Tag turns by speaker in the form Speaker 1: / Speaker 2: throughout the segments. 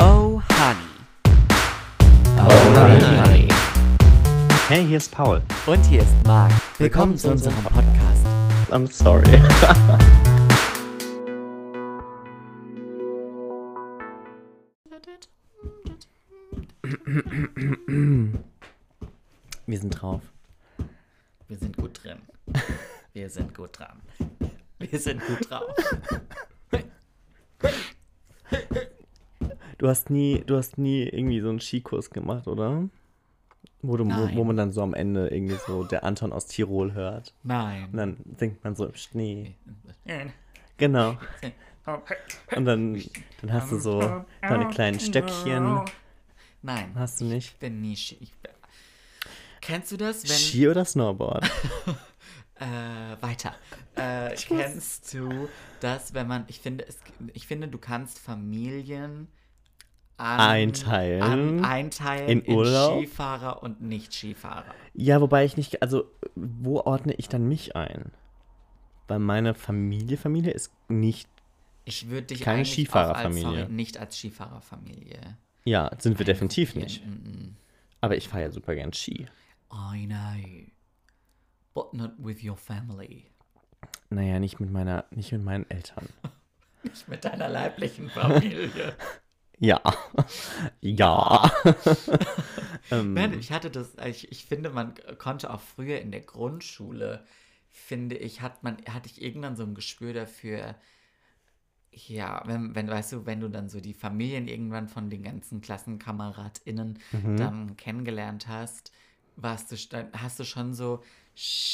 Speaker 1: Oh, Honey.
Speaker 2: Alright, honey.
Speaker 3: Hey, hier ist Paul.
Speaker 1: Und hier ist Marc. Willkommen zu unserem Podcast.
Speaker 3: I'm sorry.
Speaker 1: Wir sind drauf.
Speaker 2: Wir sind gut drin. Wir sind gut dran. Wir sind gut drauf.
Speaker 4: Du hast nie, du hast nie irgendwie so einen Skikurs gemacht, oder? Wo, du, wo, wo
Speaker 2: Nein.
Speaker 4: man dann so am Ende irgendwie so der Anton aus Tirol hört. Und
Speaker 2: Nein.
Speaker 4: dann singt man so im Schnee. Genau. Und dann, dann hast du so deine kleinen Stöckchen.
Speaker 2: Nein.
Speaker 4: Hast du nicht?
Speaker 2: Ich bin nie Ski. Ich bin... Kennst du das, wenn.
Speaker 4: Ski oder Snowboard?
Speaker 2: Äh, weiter. Äh, kennst du das, wenn man. Ich finde, es, ich finde du kannst Familien. an-
Speaker 4: Einteilen.
Speaker 2: An, einteilen
Speaker 4: In Urlaub.
Speaker 2: Skifahrer und Nicht-Skifahrer.
Speaker 4: Ja, wobei ich nicht, also wo ordne ich dann mich ein? Weil meine Familie, Familie ist nicht,
Speaker 2: Ich würde dich
Speaker 4: Keine
Speaker 2: eigentlich auch als,
Speaker 4: Skifahrerfamilie.
Speaker 2: sorry, nicht als Skifahrerfamilie.
Speaker 4: ja, sind wir definitiv nicht.
Speaker 2: Mm-mm.
Speaker 4: Aber ich fahre ja super gern Ski.
Speaker 2: I know. But not with your family.
Speaker 4: Naja, nicht mit meiner, nicht mit meinen Eltern.
Speaker 2: Nicht mit deiner leiblichen Familie.
Speaker 4: Ja. ja.
Speaker 2: Nein, ich hatte das, äh, ich, ich finde, man konnte auch früher in der Grundschule, finde ich, hat man, hatte ich irgendwann so ein Gespür dafür, ja, wenn, wenn, weißt du, wenn du dann so die Familien irgendwann von den ganzen KlassenkameradInnen dann kennengelernt hast, warst du, st- hast du schon so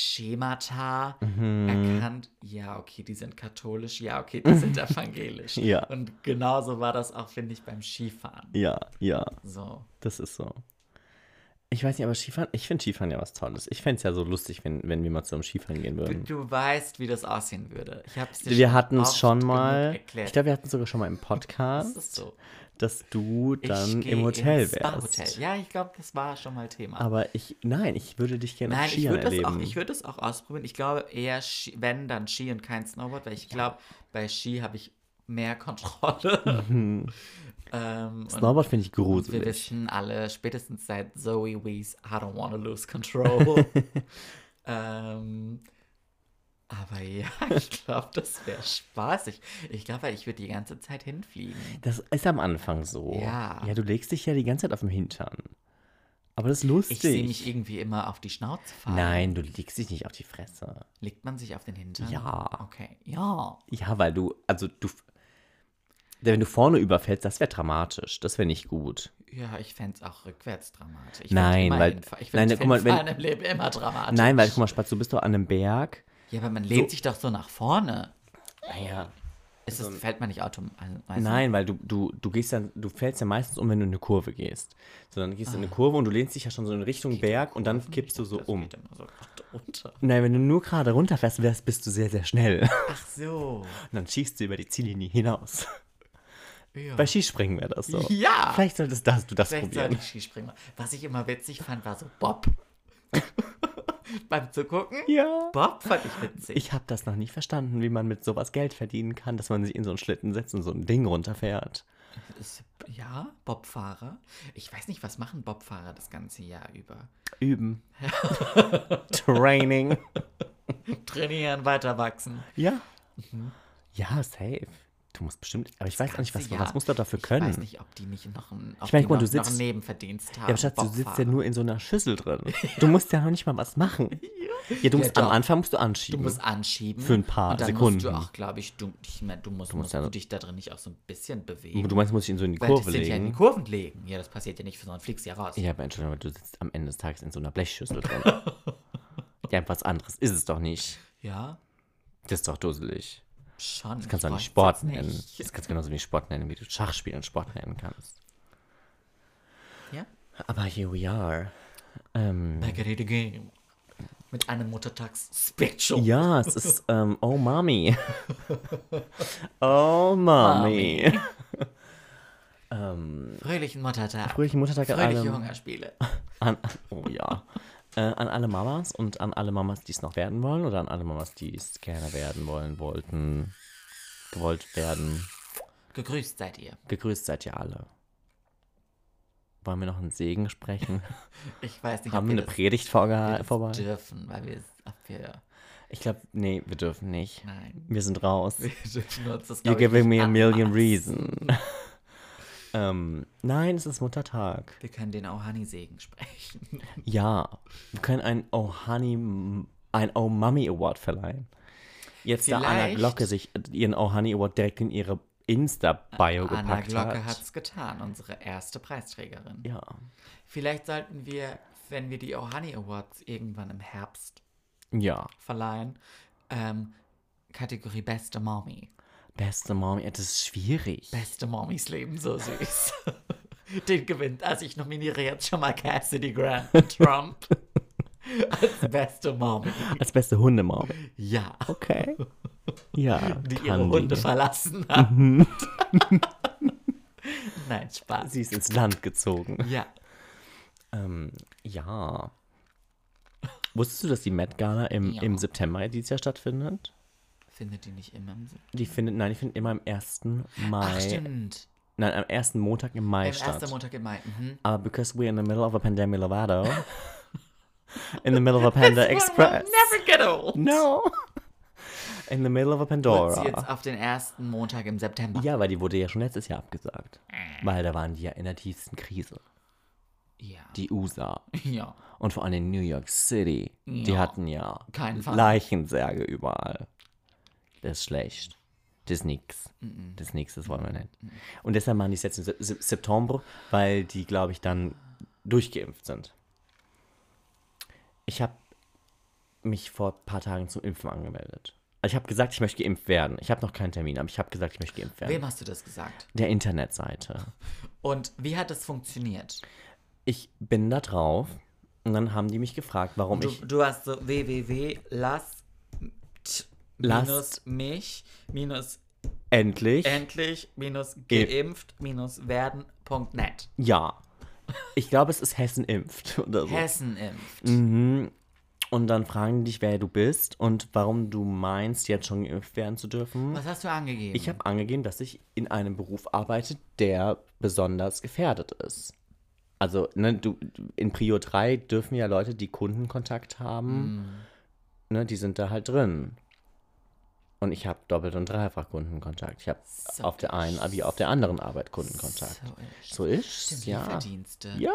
Speaker 2: Schemata erkannt, ja, okay, die sind katholisch, ja, okay, die sind evangelisch.
Speaker 4: Ja.
Speaker 2: Und genauso war das auch, finde ich, beim Skifahren.
Speaker 4: Ja, ja,
Speaker 2: So.
Speaker 4: das ist so. Ich weiß nicht, aber Skifahren, ich finde Skifahren ja was Tolles. Ich fände es ja so lustig, wenn, wenn wir mal zum Skifahren gehen
Speaker 2: Du,
Speaker 4: würden.
Speaker 2: du weißt, wie das aussehen würde. Ich hab's dir
Speaker 4: Wir hatten es
Speaker 2: oft
Speaker 4: schon
Speaker 2: genug
Speaker 4: mal,
Speaker 2: Erklärt.
Speaker 4: ich glaube, wir hatten es sogar schon mal im
Speaker 2: das ist
Speaker 4: Podcast,
Speaker 2: so.
Speaker 4: dass du
Speaker 2: Ich
Speaker 4: dann
Speaker 2: geh
Speaker 4: im Hotel
Speaker 2: ins
Speaker 4: wärst.
Speaker 2: Spa-Hotel. Ja, ich glaube, das war schon mal Thema.
Speaker 4: Aber ich, nein, ich würde dich gerne
Speaker 2: Nein,
Speaker 4: auf
Speaker 2: ich
Speaker 4: Skiern
Speaker 2: würde das, auch-
Speaker 4: erleben.
Speaker 2: ich würd das auch ausprobieren. Ich glaube eher, Ski, wenn dann Ski und kein Snowboard, weil ich glaube, bei Ski habe ich mehr Kontrolle. ähm, und-
Speaker 4: Hm. Snowboard finde
Speaker 2: und
Speaker 4: ich
Speaker 2: wir
Speaker 4: gruselig.
Speaker 2: wissen alle, spätestens seit Zoe Wees, I don't wanna lose control. ähm, aber ja, ich glaube, das wäre spaßig. Ich glaube, ich würde die ganze Zeit hinfliegen.
Speaker 4: Das ist am Anfang so.
Speaker 2: Ja.
Speaker 4: Ja, du legst dich ja die ganze Zeit auf dem Hintern. Aber das ist
Speaker 2: Ich
Speaker 4: lustig.
Speaker 2: sehe mich irgendwie immer auf die Schnauze fallen.
Speaker 4: Nein, du legst dich nicht auf die Fresse.
Speaker 2: Legt man sich auf den Hintern?
Speaker 4: Ja.
Speaker 2: Okay, ja.
Speaker 4: Ja, weil du, also du, denn wenn du vorne überfällst, das wäre dramatisch. Das wäre nicht gut.
Speaker 2: Ja, ich fände es auch rückwärts dramatisch. Ich
Speaker 4: Nein,
Speaker 2: fänd immer
Speaker 4: weil-
Speaker 2: hinfa- Ich
Speaker 4: nein,
Speaker 2: finde
Speaker 4: guck mal, wenn-
Speaker 2: Hinfahren im Leben immer dramatisch.
Speaker 4: Nein, weil, guck mal, Spatz, du bist doch an einem Berg.
Speaker 2: Ja, aber man lehnt sich doch so nach vorne.
Speaker 4: Naja.
Speaker 2: Ist das, fällt man nicht also automatisch?
Speaker 4: Also- Nein, weil du, du, du gehst dann, du fällst ja meistens um, wenn du in eine Kurve gehst. Sondern gehst du in eine Kurve und du lehnst dich ja schon so in Richtung Berg und dann kippst du so
Speaker 2: Ah. das
Speaker 4: um.
Speaker 2: Geht immer so runter.
Speaker 4: Nein, wenn du nur gerade runterfährst, wärst, bist du sehr, sehr schnell.
Speaker 2: Ach so.
Speaker 4: Und dann schießt du über die Ziellinie hinaus.
Speaker 2: Ja.
Speaker 4: Bei Skispringen wäre das so.
Speaker 2: Ja.
Speaker 4: Vielleicht solltest das, du das
Speaker 2: Vielleicht sollte
Speaker 4: probieren.
Speaker 2: ich Skispringen. Was ich immer witzig fand, war so Bob. Beim Zugucken.
Speaker 4: Ja.
Speaker 2: Bob fand ich witzig.
Speaker 4: Ich habe das noch nie verstanden, wie man mit sowas Geld verdienen kann, dass man sich in so einen Schlitten setzt und so ein Ding runterfährt.
Speaker 2: Ist- ja, Bobfahrer. Ich weiß nicht, was machen Bobfahrer das ganze Jahr über?
Speaker 4: Üben. Training.
Speaker 2: Trainieren, weiter wachsen.
Speaker 4: Ja.
Speaker 2: Mhm.
Speaker 4: Ja, safe. Du musst bestimmt. Aber ich weiß auch nicht, was,
Speaker 2: Ganze Jahr.
Speaker 4: was musst du dafür
Speaker 2: Ich
Speaker 4: können?
Speaker 2: weiß nicht, ob die nicht noch einen, ob
Speaker 4: Ich meine,
Speaker 2: die
Speaker 4: guck mal,
Speaker 2: noch,
Speaker 4: du
Speaker 2: noch einen
Speaker 4: sitzt-
Speaker 2: Nebenverdienst haben.
Speaker 4: ja, aber Schatz, du sitzt ja
Speaker 2: Bobfahrer.
Speaker 4: nur in so einer Schüssel drin. Du musst ja noch nicht mal was machen. Ja, du musst
Speaker 2: Ja,
Speaker 4: am
Speaker 2: doch.
Speaker 4: Anfang musst du
Speaker 2: Du
Speaker 4: anschieben.
Speaker 2: musst anschieben.
Speaker 4: Für ein paar
Speaker 2: und dann Musst du
Speaker 4: Sekunden.
Speaker 2: auch, glaube ich, du, ich meine, du musst, musst
Speaker 4: ja-
Speaker 2: du dich da drin nicht auch so ein bisschen bewegen.
Speaker 4: du meinst, muss ich in so in die
Speaker 2: Weil die
Speaker 4: Kurve
Speaker 2: sind ja in die
Speaker 4: legen?
Speaker 2: Kurven legen. Ja, das passiert ja nicht, sondern fliegst ja raus.
Speaker 4: Ja, aber Entschuldigung, aber du sitzt am Ende des Tages in so einer Blechschüssel drin. ja, was anderes ist es doch nicht.
Speaker 2: Ja,
Speaker 4: Das ist doch dusselig.
Speaker 2: schon.
Speaker 4: Das kannst du
Speaker 2: Ich
Speaker 4: auch
Speaker 2: weiß
Speaker 4: nicht Sport
Speaker 2: jetzt
Speaker 4: nennen.
Speaker 2: nicht.
Speaker 4: Das kannst du genauso wie Sport nennen, wie du Schachspielen Sport nennen kannst.
Speaker 2: Ja?
Speaker 4: Aber here we are. Ähm,
Speaker 2: Back at it again. Mit einem Muttertags-Spektrum.
Speaker 4: ja, es ist, ähm, oh Mami. oh Mami.
Speaker 2: Fröhlichen Muttertag.
Speaker 4: Fröhlichen Muttertag an
Speaker 2: Fröhliche
Speaker 4: alle.
Speaker 2: Hungerspiele.
Speaker 4: An, oh ja. Äh, an alle Mamas und an alle Mamas, die es noch werden wollen oder an alle Mamas, die es gerne werden wollen, wollten, gewollt werden.
Speaker 2: Gegrüßt seid ihr.
Speaker 4: Gegrüßt seid ihr alle. Wollen wir noch einen Segen sprechen?
Speaker 2: Ich weiß nicht,
Speaker 4: Haben wir eine
Speaker 2: das-
Speaker 4: Predigt
Speaker 2: wir
Speaker 4: vorgehalten?
Speaker 2: das
Speaker 4: vorbei?
Speaker 2: dürfen, weil wir, ob wir,
Speaker 4: Ich glaube, nee, wir dürfen nicht.
Speaker 2: nein,
Speaker 4: Wir sind raus.
Speaker 2: wir dürfen uns das,
Speaker 4: You're
Speaker 2: glaub ich,
Speaker 4: giving
Speaker 2: nicht Ah,
Speaker 4: me a million
Speaker 2: anmaßen.
Speaker 4: reasons. ähm, nein, es ist Muttertag.
Speaker 2: Wir können den Ohani-Segen sprechen.
Speaker 4: Ja, wir können einen Oh Honey, ein Oh Mummy Award verleihen. Jetzt da Anna
Speaker 2: Vielleicht-
Speaker 4: Glocke sich ihren Oh Honey Award direkt in ihre Insta-Bio
Speaker 2: Anna
Speaker 4: gepackt
Speaker 2: Glocke
Speaker 4: hat.
Speaker 2: hat's getan, unsere erste Preisträgerin.
Speaker 4: Ja,
Speaker 2: Vielleicht sollten wir, wenn wir die Ohani Awards irgendwann im Herbst
Speaker 4: ja.
Speaker 2: verleihen, ähm, Kategorie Beste Mommy.
Speaker 4: Beste Mom, ja, das ist schwierig.
Speaker 2: Beste Mommys leben so süß. Den gewinnt, also ich nominiere jetzt schon mal Cassidy Grant Trump als beste Mommy.
Speaker 4: Als beste Hundemom.
Speaker 2: Ja,
Speaker 4: Okay. Ja,
Speaker 2: die ihre
Speaker 4: kann
Speaker 2: Hunde verlassen hat. Nein, Spaß.
Speaker 4: Sie ist ins Land gezogen.
Speaker 2: Ja,
Speaker 4: Ähm, ja. Wusstest du, dass die Met Gala im,
Speaker 2: Ja.
Speaker 4: im September dieses Jahr stattfindet?
Speaker 2: findet die nicht immer im Sinn.
Speaker 4: Die findet, nein, die findet immer am 1. Mai.
Speaker 2: Ach, stimmt.
Speaker 4: Nein, am ersten Montag im Mai
Speaker 2: Im
Speaker 4: statt.
Speaker 2: ersten Montag im Mai. Mhm.
Speaker 4: Aber because we're in the middle of a pandemic Lovato. in the middle of a Panda Express.
Speaker 2: Never get old.
Speaker 4: No. In the middle of a
Speaker 2: Wird sie jetzt
Speaker 4: Pandora.
Speaker 2: auf den ersten Montag im September.
Speaker 4: Ja, weil die wurde ja schon letztes Jahr abgesagt. Weil da waren die ja in der tiefsten Krise.
Speaker 2: Ja.
Speaker 4: Die USA.
Speaker 2: ja.
Speaker 4: Und vor allem in New York City. Die
Speaker 2: Ja.
Speaker 4: hatten ja
Speaker 2: Keinen Fall.
Speaker 4: Leichensärge überall. Das ist schlecht. Das ist nix. Das ist nix, das wollen wir nicht. Und deshalb machen die es jetzt im Se- Se- September, weil die, glaube ich, dann durchgeimpft sind. Ich habe mich vor ein paar Tagen zum Impfen angemeldet. Also ich habe gesagt, ich möchte geimpft werden. Ich habe noch keinen Termin, aber ich habe gesagt, ich möchte geimpft werden.
Speaker 2: Wem hast du das gesagt?
Speaker 4: Der Internetseite.
Speaker 2: Und wie hat das funktioniert?
Speaker 4: Ich bin da drauf und dann haben die mich gefragt, warum
Speaker 2: Du,
Speaker 4: ich
Speaker 2: du hast so www.last
Speaker 4: Last-
Speaker 2: minus mich minus
Speaker 4: endlich
Speaker 2: endlich minus
Speaker 4: Ge-
Speaker 2: geimpft minus werden.net.
Speaker 4: Ja. Ich glaube, es ist Hessen impft oder so.
Speaker 2: Hessen
Speaker 4: Hm?
Speaker 2: impft.
Speaker 4: Und dann fragen die dich, wer du bist und warum du meinst, jetzt schon geimpft werden zu dürfen.
Speaker 2: Was hast du angegeben?
Speaker 4: Ich habe angegeben, dass ich in einem Beruf arbeite, der besonders gefährdet ist. Also, ne, du, in Prio 3 dürfen ja Leute, die Kundenkontakt haben,
Speaker 2: Mm.
Speaker 4: ne, die sind da halt drin. Und ich habe doppelt und dreifach Kundenkontakt. Ich habe
Speaker 2: So
Speaker 4: auf der einen wie auf der anderen Arbeit Kundenkontakt.
Speaker 2: so,
Speaker 4: So ist
Speaker 2: Stimmt,
Speaker 4: ja.
Speaker 2: Lieferdienste.
Speaker 4: Ja.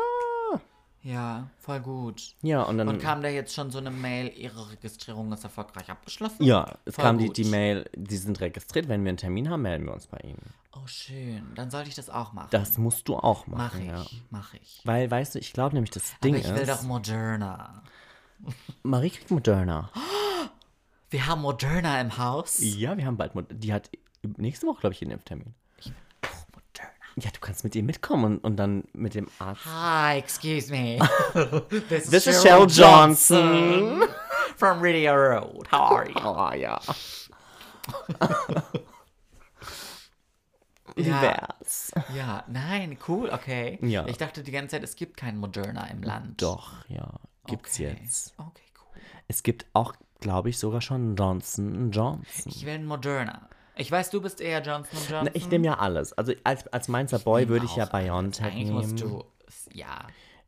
Speaker 2: Ja, voll gut.
Speaker 4: Ja, und dann
Speaker 2: Und kam da jetzt schon so eine Mail, Ihre Registrierung ist erfolgreich abgeschlossen?
Speaker 4: Ja, es
Speaker 2: Voll
Speaker 4: kam die,
Speaker 2: gut.
Speaker 4: die Mail, die sind registriert. Wenn wir einen Termin haben, melden wir uns bei ihnen.
Speaker 2: Oh, schön. Dann sollte ich das auch machen.
Speaker 4: Das musst du auch
Speaker 2: mach
Speaker 4: machen.
Speaker 2: ich,
Speaker 4: Ja.
Speaker 2: mach ich.
Speaker 4: Weil, weißt du, ich glaube nämlich, das Ding
Speaker 2: Aber ich will
Speaker 4: ist,
Speaker 2: doch Moderna.
Speaker 4: Marie kriegt Moderna.
Speaker 2: Wir haben Moderna im Haus.
Speaker 4: Ja, wir haben bald Moderna. Die hat nächste Woche, glaube ich, ihren Impftermin.
Speaker 2: Moderna.
Speaker 4: Ja, du kannst mit ihr mitkommen und, und dann mit dem Arzt.
Speaker 2: Hi, Ah, excuse me. This,
Speaker 4: This is Cheryl
Speaker 2: Johnson from Radio Road. How are you?
Speaker 4: Oh ja. Wie
Speaker 2: Ja.
Speaker 4: wär's?
Speaker 2: Ja, nein, cool, okay.
Speaker 4: Ja.
Speaker 2: Ich dachte die ganze Zeit, es gibt kein Moderna im Land.
Speaker 4: Doch, ja. Gibt's
Speaker 2: okay.
Speaker 4: jetzt.
Speaker 2: Okay, cool.
Speaker 4: Es gibt auch, glaube ich, sogar schon Johnson Johnson.
Speaker 2: Ich will ein Moderna. Ich weiß, du bist eher Johnson Johnson. Genau
Speaker 4: Na, ich nehme ja alles. Also als, als Mainzer Boy würde ich ja
Speaker 2: auch alles.
Speaker 4: BioNTech
Speaker 2: Eigentlich
Speaker 4: nehmen.
Speaker 2: musst du. Ja.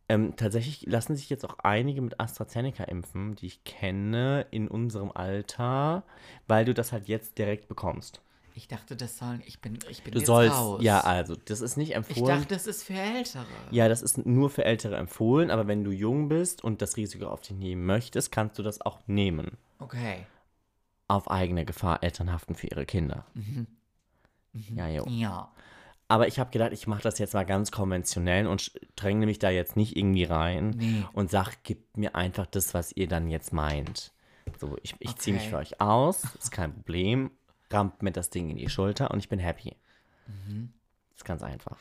Speaker 4: Ähm, tatsächlich lassen sich jetzt auch einige mit AstraZeneca impfen, die ich kenne in unserem Alter, weil du das halt jetzt direkt bekommst.
Speaker 2: Ich dachte, das sollen. Ich bin, ich bin
Speaker 4: Du
Speaker 2: jetzt
Speaker 4: sollst.
Speaker 2: raus.
Speaker 4: Ja, also, das ist nicht
Speaker 2: Ich
Speaker 4: empfohlen.
Speaker 2: dachte, das ist für Ältere.
Speaker 4: ja, das ist nur für Ältere empfohlen, aber wenn du jung bist und das Risiko auf dich nehmen möchtest, kannst du das auch nehmen.
Speaker 2: Okay.
Speaker 4: Auf eigene Gefahr, Eltern haften für ihre Kinder.
Speaker 2: Mhm.
Speaker 4: Ja, jo.
Speaker 2: Ja.
Speaker 4: Aber ich habe gedacht, ich mache das jetzt mal ganz konventionell und sch- dränge mich da jetzt nicht irgendwie rein
Speaker 2: Nee.
Speaker 4: und sag, gebt mir einfach das, was ihr dann jetzt meint. So, ich, ich ziehe mich
Speaker 2: Okay.
Speaker 4: für euch aus, ist kein Problem, rammt mir das Ding in die Schulter und ich bin happy.
Speaker 2: Mhm.
Speaker 4: Ist ganz einfach.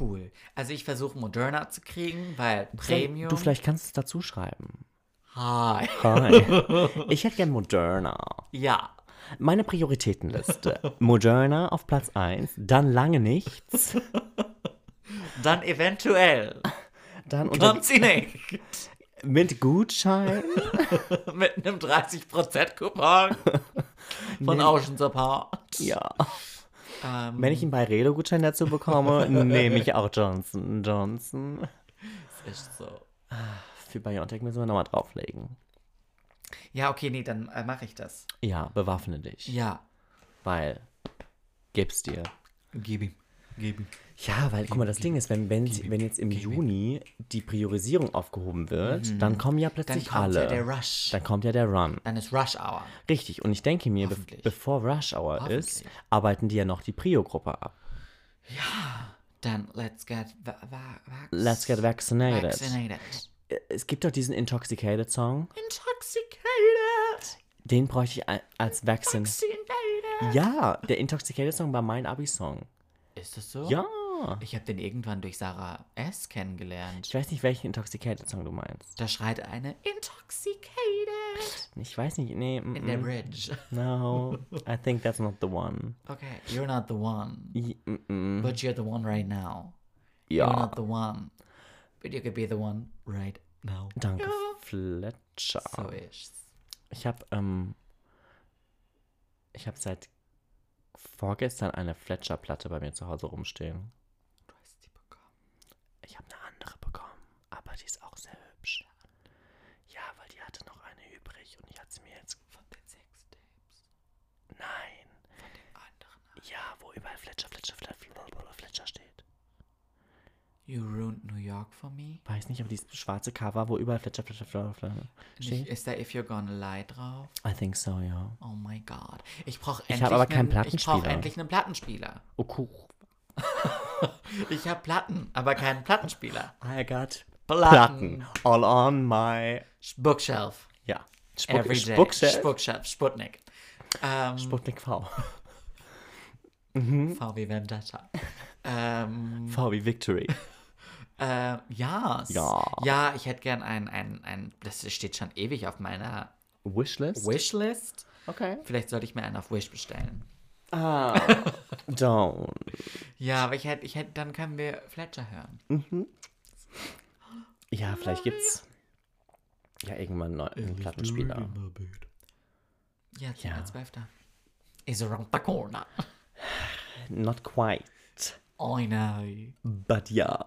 Speaker 2: Cool. Also ich versuche Moderna zu kriegen, weil Premium.
Speaker 4: Du, vielleicht kannst es dazu schreiben.
Speaker 2: Hi.
Speaker 4: Hi. ich hätte gern Moderna.
Speaker 2: Ja.
Speaker 4: Meine Prioritätenliste. Moderna auf Platz 1, dann lange nichts,
Speaker 2: Dann eventuell.
Speaker 4: dann unter,
Speaker 2: Kommt sie nicht.
Speaker 4: mit Gutschein.
Speaker 2: Mit einem 30% Coupon von Oceans Apart.
Speaker 4: Ja.
Speaker 2: Ähm,
Speaker 4: Wenn ich einen Byredo-Gutschein dazu bekomme, nehme ich auch Johnson Johnson.
Speaker 2: es ist so.
Speaker 4: Für Biontech müssen wir nochmal drauflegen.
Speaker 2: Ja, okay, nee, dann äh, mache ich das.
Speaker 4: Ja, bewaffne dich.
Speaker 2: Ja.
Speaker 4: Weil, gib's dir.
Speaker 2: Gib ihm. Gib ihm.
Speaker 4: Ja, weil, guck mal, das Ding ist, wenn, wenn, wenn jetzt im Juni die Priorisierung aufgehoben wird, dann kommen ja
Speaker 2: Dann
Speaker 4: plötzlich
Speaker 2: kommt
Speaker 4: alle.
Speaker 2: ja der Rush.
Speaker 4: Dann kommt ja der Run.
Speaker 2: Dann ist Rush Hour.
Speaker 4: Richtig, und ich denke mir, be
Speaker 2: Hoffentlich.
Speaker 4: bevor Rush Hour ist,
Speaker 2: Hoffentlich.
Speaker 4: arbeiten die ja noch die Prio-Gruppe ab.
Speaker 2: Dann let's get va va vax-
Speaker 4: Let's get vaccinated.
Speaker 2: vaccinated.
Speaker 4: Es gibt doch diesen Intoxicated-Song.
Speaker 2: Intoxicated.
Speaker 4: Den bräuchte ich a- als Vaccin.
Speaker 2: Vaccinated.
Speaker 4: Ja, der Intoxicated-Song war mein Abi-Song.
Speaker 2: Ist das so?
Speaker 4: Ja.
Speaker 2: Ich habe den irgendwann durch Sarah S. kennengelernt.
Speaker 4: Ich weiß nicht, welchen Intoxicated-Song du meinst.
Speaker 2: Da schreit eine Intoxicated
Speaker 4: Ich weiß nicht, nee. Mm,
Speaker 2: in der
Speaker 4: mm.
Speaker 2: Bridge.
Speaker 4: No, I think that's not the one.
Speaker 2: Okay, you're not the one,
Speaker 4: I- Mm -mm.
Speaker 2: but you're the one right now. You're
Speaker 4: Ja.
Speaker 2: not the one, but you could be the one right now.
Speaker 4: Danke, Fletcher.
Speaker 2: So ist's.
Speaker 4: Ich habe ähm, ich habe seit vorgestern eine Fletcher-Platte bei mir zu Hause rumstehen.
Speaker 2: Du hast die bekommen.
Speaker 4: Ich habe eine andere bekommen, aber die ist auch sehr hübsch. Ja, weil die hatte noch eine übrig und ich hatte sie mir jetzt.
Speaker 2: Von den sechs Tapes.
Speaker 4: Nein.
Speaker 2: Anderen.
Speaker 4: Ja, wo überall Fletcher, Fletcher, Fletcher, Fletcher, Fletcher steht.
Speaker 2: You ruined New York for me.
Speaker 4: Weiß nicht, aber dieses schwarze Cover, wo überall Fletcher, Fletcher, Fletcher, Fletcher
Speaker 2: Nicht,
Speaker 4: steht.
Speaker 2: ist da If You're Gonna Lie drauf?
Speaker 4: I think so, ja.
Speaker 2: Oh my god. Ich brauche
Speaker 4: Ich
Speaker 2: endlich,
Speaker 4: hab aber
Speaker 2: nen-
Speaker 4: keinen
Speaker 2: ich brauch
Speaker 4: Plattenspieler.
Speaker 2: endlich einen Plattenspieler.
Speaker 4: Oh, cool.
Speaker 2: Ich habe Platten, aber keinen Plattenspieler.
Speaker 4: I got
Speaker 2: Platten.
Speaker 4: All on my.
Speaker 2: Bookshelf.
Speaker 4: Ja. Spuck, Hm.
Speaker 2: Every day.
Speaker 4: Spuckchef.
Speaker 2: Spuckchef. Sputnik. Ähm,
Speaker 4: Sputnik V. Hm?
Speaker 2: VW Vendetta. ähm,
Speaker 4: V wie Victory.
Speaker 2: äh, yes.
Speaker 4: Ja.
Speaker 2: Ja, ich hätte gern ein, ein, ein, das steht schon ewig auf meiner
Speaker 4: Wishlist?
Speaker 2: Wishlist.
Speaker 4: Okay.
Speaker 2: Vielleicht sollte ich mir einen auf Wish bestellen.
Speaker 4: Ah. Don't.
Speaker 2: Ja, aber ich hätte, ich hätte, dann können wir Fletcher hören.
Speaker 4: Ja, vielleicht gibt's ja irgendwann einen neuen Plattenspieler.
Speaker 2: Ja, ja. als Zwölfter. Is around the corner.
Speaker 4: Not quite,
Speaker 2: I know.
Speaker 4: but ja.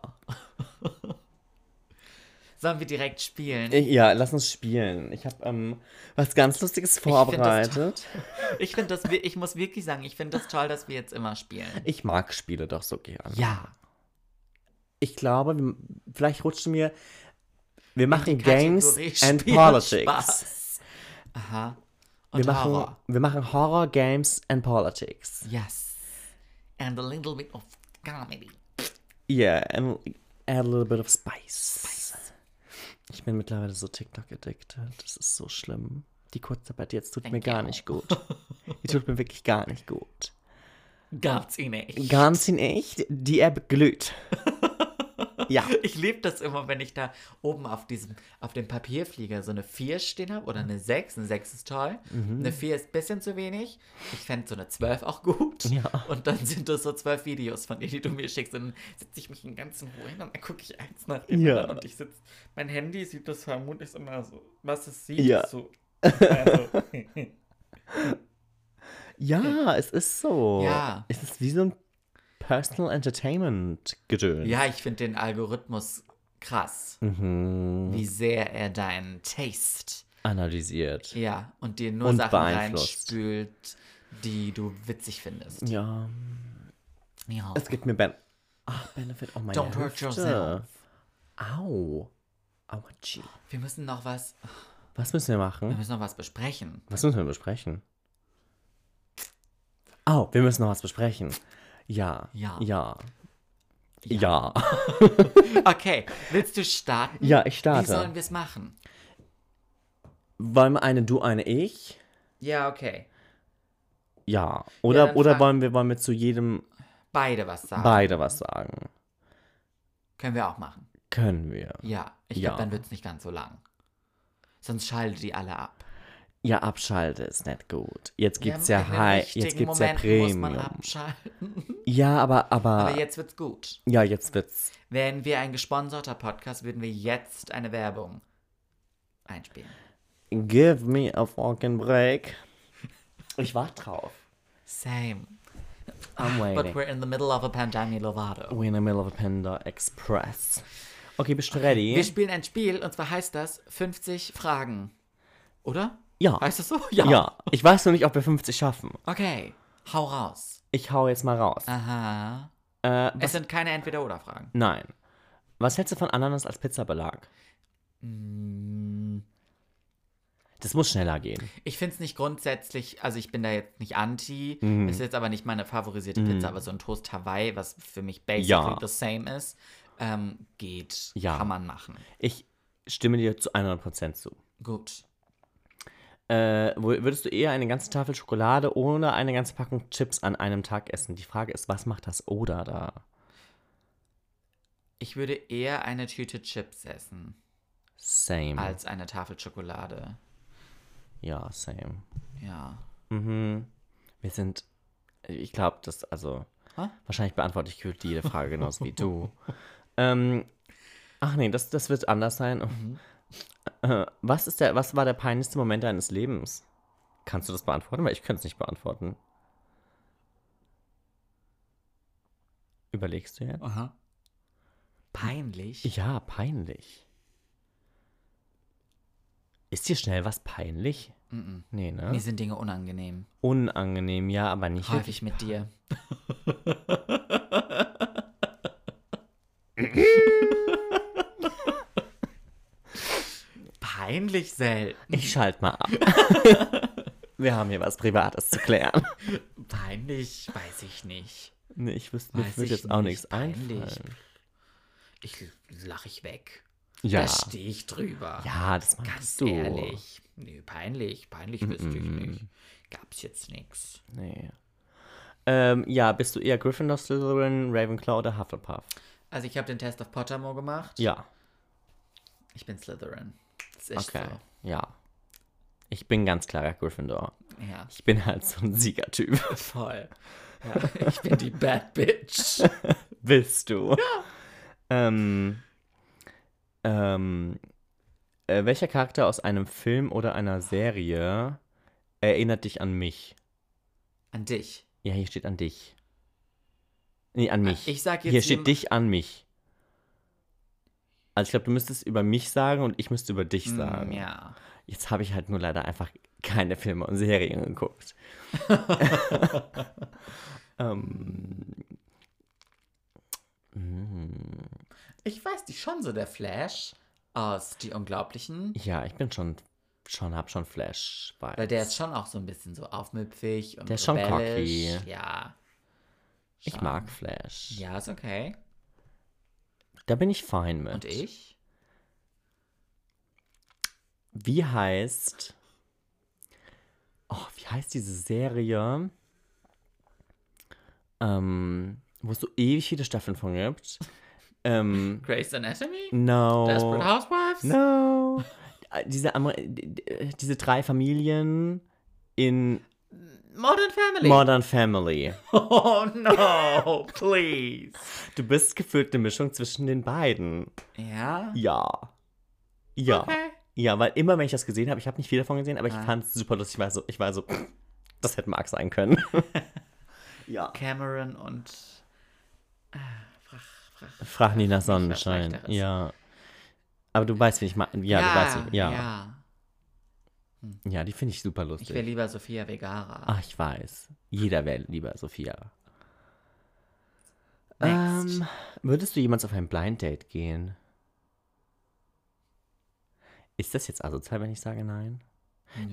Speaker 2: Sollen wir direkt spielen?
Speaker 4: Ich- Ja, lass uns spielen. Ich habe ähm, was ganz Lustiges vorbereitet.
Speaker 2: Ich finde das, wir- ich muss wirklich sagen, ich finde das toll, dass wir jetzt immer spielen.
Speaker 4: Ich, mag Spiele doch so gern.
Speaker 2: Ja.
Speaker 4: Ich glaube, wir- vielleicht rutscht mir. Wir machen Games
Speaker 2: Kategorie
Speaker 4: and
Speaker 2: Spiel
Speaker 4: Politics.
Speaker 2: Spaß. Aha. Und
Speaker 4: Wir machen,
Speaker 2: Horror.
Speaker 4: wir machen Horror, Games and Politics.
Speaker 2: Yes. And a little bit of comedy.
Speaker 4: Yeah, and add a little bit of spice. Ich bin mittlerweile so TikTok-addicted. Das ist so schlimm. Die Kurzarbeit jetzt tut mir gar
Speaker 2: you.
Speaker 4: nicht gut. Die tut mir wirklich gar nicht gut.
Speaker 2: Gab's ihn nicht.
Speaker 4: Ganz in echt, die App glüht. Ja.
Speaker 2: Ich liebe das immer, wenn ich da oben auf diesem, auf dem Papierflieger so eine 4 stehen habe oder eine 6. Eine 6 ist toll.
Speaker 4: Mhm.
Speaker 2: Eine 4 ist ein bisschen zu wenig. Ich fände so eine 12 auch gut.
Speaker 4: Ja.
Speaker 2: Und dann sind das so zwölf Videos von dir, die du mir schickst. Und dann sitze ich mich den ganzen Ruhe hin und dann gucke ich eins nach dem
Speaker 4: Ja.
Speaker 2: anderen. Und ich sitze, mein Handy sieht das vermutlich immer so, was es sieht.
Speaker 4: Ja.
Speaker 2: ist So. Also,
Speaker 4: Ja, es ist so.
Speaker 2: Ja.
Speaker 4: Es ist wie so ein Personal Entertainment-Gedöns.
Speaker 2: ja, ich finde den Algorithmus krass,
Speaker 4: Mhm.
Speaker 2: wie sehr er deinen Taste
Speaker 4: Analysiert.
Speaker 2: Ja, und dir nur
Speaker 4: Und
Speaker 2: Sachen
Speaker 4: beeinflusst.
Speaker 2: reinspült, die du witzig findest.
Speaker 4: Ja.
Speaker 2: Ja.
Speaker 4: Es gibt mir Ben. Ach, Benefit. Oh mein Gott.
Speaker 2: Don't hurt yourself.
Speaker 4: Au. Aua, gee.
Speaker 2: Wir müssen noch was,
Speaker 4: Was müssen wir
Speaker 2: wir
Speaker 4: machen?
Speaker 2: müssen noch was besprechen.
Speaker 4: Was müssen wir besprechen? Au, wir müssen noch was besprechen. Ja.
Speaker 2: Ja.
Speaker 4: Ja. Ja.
Speaker 2: Okay, willst du starten?
Speaker 4: Ja, ich
Speaker 2: Wie sollen
Speaker 4: starte.
Speaker 2: wir es machen?
Speaker 4: Wollen wir eine Du, eine Ich?
Speaker 2: Ja, okay.
Speaker 4: Ja. Oder,
Speaker 2: dann Ah.
Speaker 4: oder
Speaker 2: fang-
Speaker 4: wollen, wir, wollen wir zu jedem
Speaker 2: Beide was sagen.
Speaker 4: beide was sagen?
Speaker 2: Können wir auch machen.
Speaker 4: Können wir.
Speaker 2: Ja, ich
Speaker 4: Ja.
Speaker 2: glaube, dann wird es nicht ganz so lang. Sonst schalte die alle ab.
Speaker 4: Ja, abschalte ist nicht gut. Jetzt gibt's ja,
Speaker 2: in den
Speaker 4: High, jetzt
Speaker 2: richtigen
Speaker 4: gibt's ja
Speaker 2: Momenten Muss man
Speaker 4: Premium. Ah.
Speaker 2: abschalten.
Speaker 4: Ja, aber, aber,
Speaker 2: Aber jetzt wird's gut.
Speaker 4: ja, jetzt wird's.
Speaker 2: Wären wir ein gesponserter Podcast, würden wir jetzt eine Werbung einspielen.
Speaker 4: Give me a fucking break. Ich warte drauf.
Speaker 2: Same.
Speaker 4: I'm
Speaker 2: But
Speaker 4: waiting.
Speaker 2: we're in the middle of a Pandemia Lovato.
Speaker 4: We're in the middle of a Panda Express. Okay, bist du ready?
Speaker 2: Wir spielen ein Spiel und zwar heißt das 50 Fragen. Oder?
Speaker 4: Ja.
Speaker 2: Heißt das so? Ja.
Speaker 4: ja. Ich weiß nur nicht, ob wir 50 schaffen.
Speaker 2: Okay, hau raus.
Speaker 4: Ich hau jetzt mal raus.
Speaker 2: Aha.
Speaker 4: Äh,
Speaker 2: Es sind keine Entweder-Oder-Fragen.
Speaker 4: Nein. Was hältst du von Ananas als Pizzabelag? Das muss schneller gehen.
Speaker 2: Ich finde es nicht grundsätzlich, also ich bin da jetzt nicht anti,
Speaker 4: Mhm.
Speaker 2: ist jetzt aber nicht meine favorisierte Pizza, aber so ein Toast Hawaii, was für mich basically
Speaker 4: Ja.
Speaker 2: the same ist, ähm, geht.
Speaker 4: Ja.
Speaker 2: Kann man machen.
Speaker 4: Ich stimme dir zu 100% zu.
Speaker 2: Gut.
Speaker 4: Äh, wo- würdest du eher eine ganze Tafel Schokolade oder eine ganze Packung Chips an einem Tag essen? Die Frage ist, was macht das oder da?
Speaker 2: Ich würde eher eine Tüte Chips essen,
Speaker 4: Same.
Speaker 2: als eine Tafel Schokolade.
Speaker 4: ja, same.
Speaker 2: Ja.
Speaker 4: Mhm. Wir sind, ich glaube, das, also,
Speaker 2: Hä?
Speaker 4: wahrscheinlich beantworte ich gefühlt jede Frage genauso wie du. Ähm, ach nee, das, das wird anders sein.
Speaker 2: Mhm.
Speaker 4: Äh, Was, ist der, was war der peinlichste Moment deines Lebens? Kannst du das beantworten? Weil ich könnte es nicht beantworten. Überlegst du jetzt?
Speaker 2: Aha. Peinlich?
Speaker 4: Ja, peinlich. Ist dir schnell was peinlich?
Speaker 2: Mm-mm.
Speaker 4: Nee, ne?
Speaker 2: Mir sind Dinge unangenehm.
Speaker 4: Unangenehm, ja, aber nicht
Speaker 2: Häufig
Speaker 4: wirklich
Speaker 2: mit dir. Peinlich selten.
Speaker 4: Ich schalte mal ab. Wir haben hier was Privates zu klären.
Speaker 2: Peinlich, weiß ich nicht.
Speaker 4: Nee, ich wüsste, mir
Speaker 2: Weiß
Speaker 4: würde
Speaker 2: ich
Speaker 4: jetzt auch
Speaker 2: nicht.
Speaker 4: nichts
Speaker 2: Peinlich.
Speaker 4: einfallen.
Speaker 2: Ich lache ich weg.
Speaker 4: Ja.
Speaker 2: Da stehe ich drüber.
Speaker 4: Ja, das machst
Speaker 2: Ganz
Speaker 4: du.
Speaker 2: ehrlich. Nö, peinlich. Peinlich wüsste ich nicht. Gab's jetzt nix.
Speaker 4: Nee. Ähm, ja, bist du eher Gryffindor, Slytherin, Ravenclaw oder Hufflepuff?
Speaker 2: Also ich habe den Test auf Pottermore gemacht.
Speaker 4: Ja,
Speaker 2: Ich bin Slytherin. Das ist echt
Speaker 4: okay. Ja. Ich bin ganz klarer Gryffindor.
Speaker 2: so. Ja.
Speaker 4: Ich bin halt so ein Siegertyp.
Speaker 2: Voll. Ja, ich bin die Bad Bitch.
Speaker 4: Willst du? Ja. Ähm, ähm, äh, welcher Charakter aus einem Film oder einer Serie erinnert dich an mich?
Speaker 2: An dich.
Speaker 4: Ja, hier steht an dich. Nee, an mich.
Speaker 2: Äh, Ich sag jetzt
Speaker 4: hier steht
Speaker 2: jem-
Speaker 4: dich an mich. Also ich glaube, du müsstest über mich sagen und ich müsste über dich sagen.
Speaker 2: Mm, ja.
Speaker 4: Jetzt habe ich halt nur leider einfach keine Filme und Serien geguckt.
Speaker 2: Ich weiß dich schon so, der Flash aus Die Unglaublichen.
Speaker 4: Ja, ich bin schon, schon hab schon Flash.
Speaker 2: Weil der ist schon auch so ein bisschen so aufmüpfig und
Speaker 4: Der ist schon
Speaker 2: rebellisch.
Speaker 4: cocky.
Speaker 2: Ja.
Speaker 4: ich
Speaker 2: schon.
Speaker 4: mag Flash.
Speaker 2: Ja, ist okay.
Speaker 4: Da bin ich fein mit.
Speaker 2: Und ich?
Speaker 4: Wie heißt. Oh, wie heißt diese Serie? Ähm, wo es so ewig viele Staffeln von gibt. ähm,
Speaker 2: Grey's Anatomy?
Speaker 4: no.
Speaker 2: Desperate Housewives?
Speaker 4: No. Äh, Diese, Amer d- d- diese drei Familien in
Speaker 2: Modern Family?
Speaker 4: Modern Family.
Speaker 2: oh no, please.
Speaker 4: Du bist gefühlt eine Mischung zwischen den beiden.
Speaker 2: Ja?
Speaker 4: Ja. Ja.
Speaker 2: Okay.
Speaker 4: Ja, weil immer, wenn ich das gesehen habe, ich habe nicht viel davon gesehen, aber ich fand es super lustig. Ich war so, ich war so das hätte Mark sein können. ja.
Speaker 2: Cameron und... Äh, frach, frach.
Speaker 4: Frag nicht nach
Speaker 2: Ich
Speaker 4: Sonnenschein.
Speaker 2: hab leichteres.
Speaker 4: Ja. Aber du weißt, wie ich meine. Ja, du weißt, wie- ja. Ja,
Speaker 2: ja.
Speaker 4: ja die finde ich super
Speaker 2: Ich wäre
Speaker 4: lustig.
Speaker 2: lieber Sophia Vegara.
Speaker 4: Ach, ich weiß. Jeder wäre lieber Sophia.
Speaker 2: Next.
Speaker 4: Ähm, würdest du jemals auf ein Blind Date gehen? Ist das jetzt asozial, wenn ich sage nein?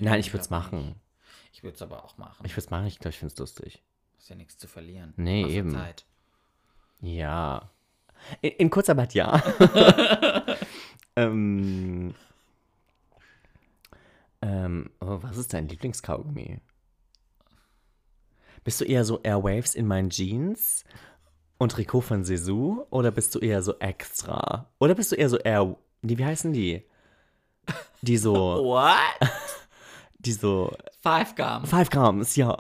Speaker 4: Nein, ich würde es machen.
Speaker 2: Ich würde es aber auch machen.
Speaker 4: Ich würde es machen, ich glaube, ich finde es lustig.
Speaker 2: Ist ja nichts zu verlieren.
Speaker 4: Nee,
Speaker 2: Außer
Speaker 4: eben.
Speaker 2: Zeit.
Speaker 4: Ja. In, in Kurzarbeit ja. ähm, ähm, oh, was ist dein Lieblingskaugummi? Bist du eher so Airwaves in meinen Jeans und Trikot von Sisu? Oder bist du eher so extra? Oder bist du eher so Air. Die, wie heißen die? Die so.
Speaker 2: What?
Speaker 4: Die so.
Speaker 2: Five Gum.
Speaker 4: Five Grams, ja.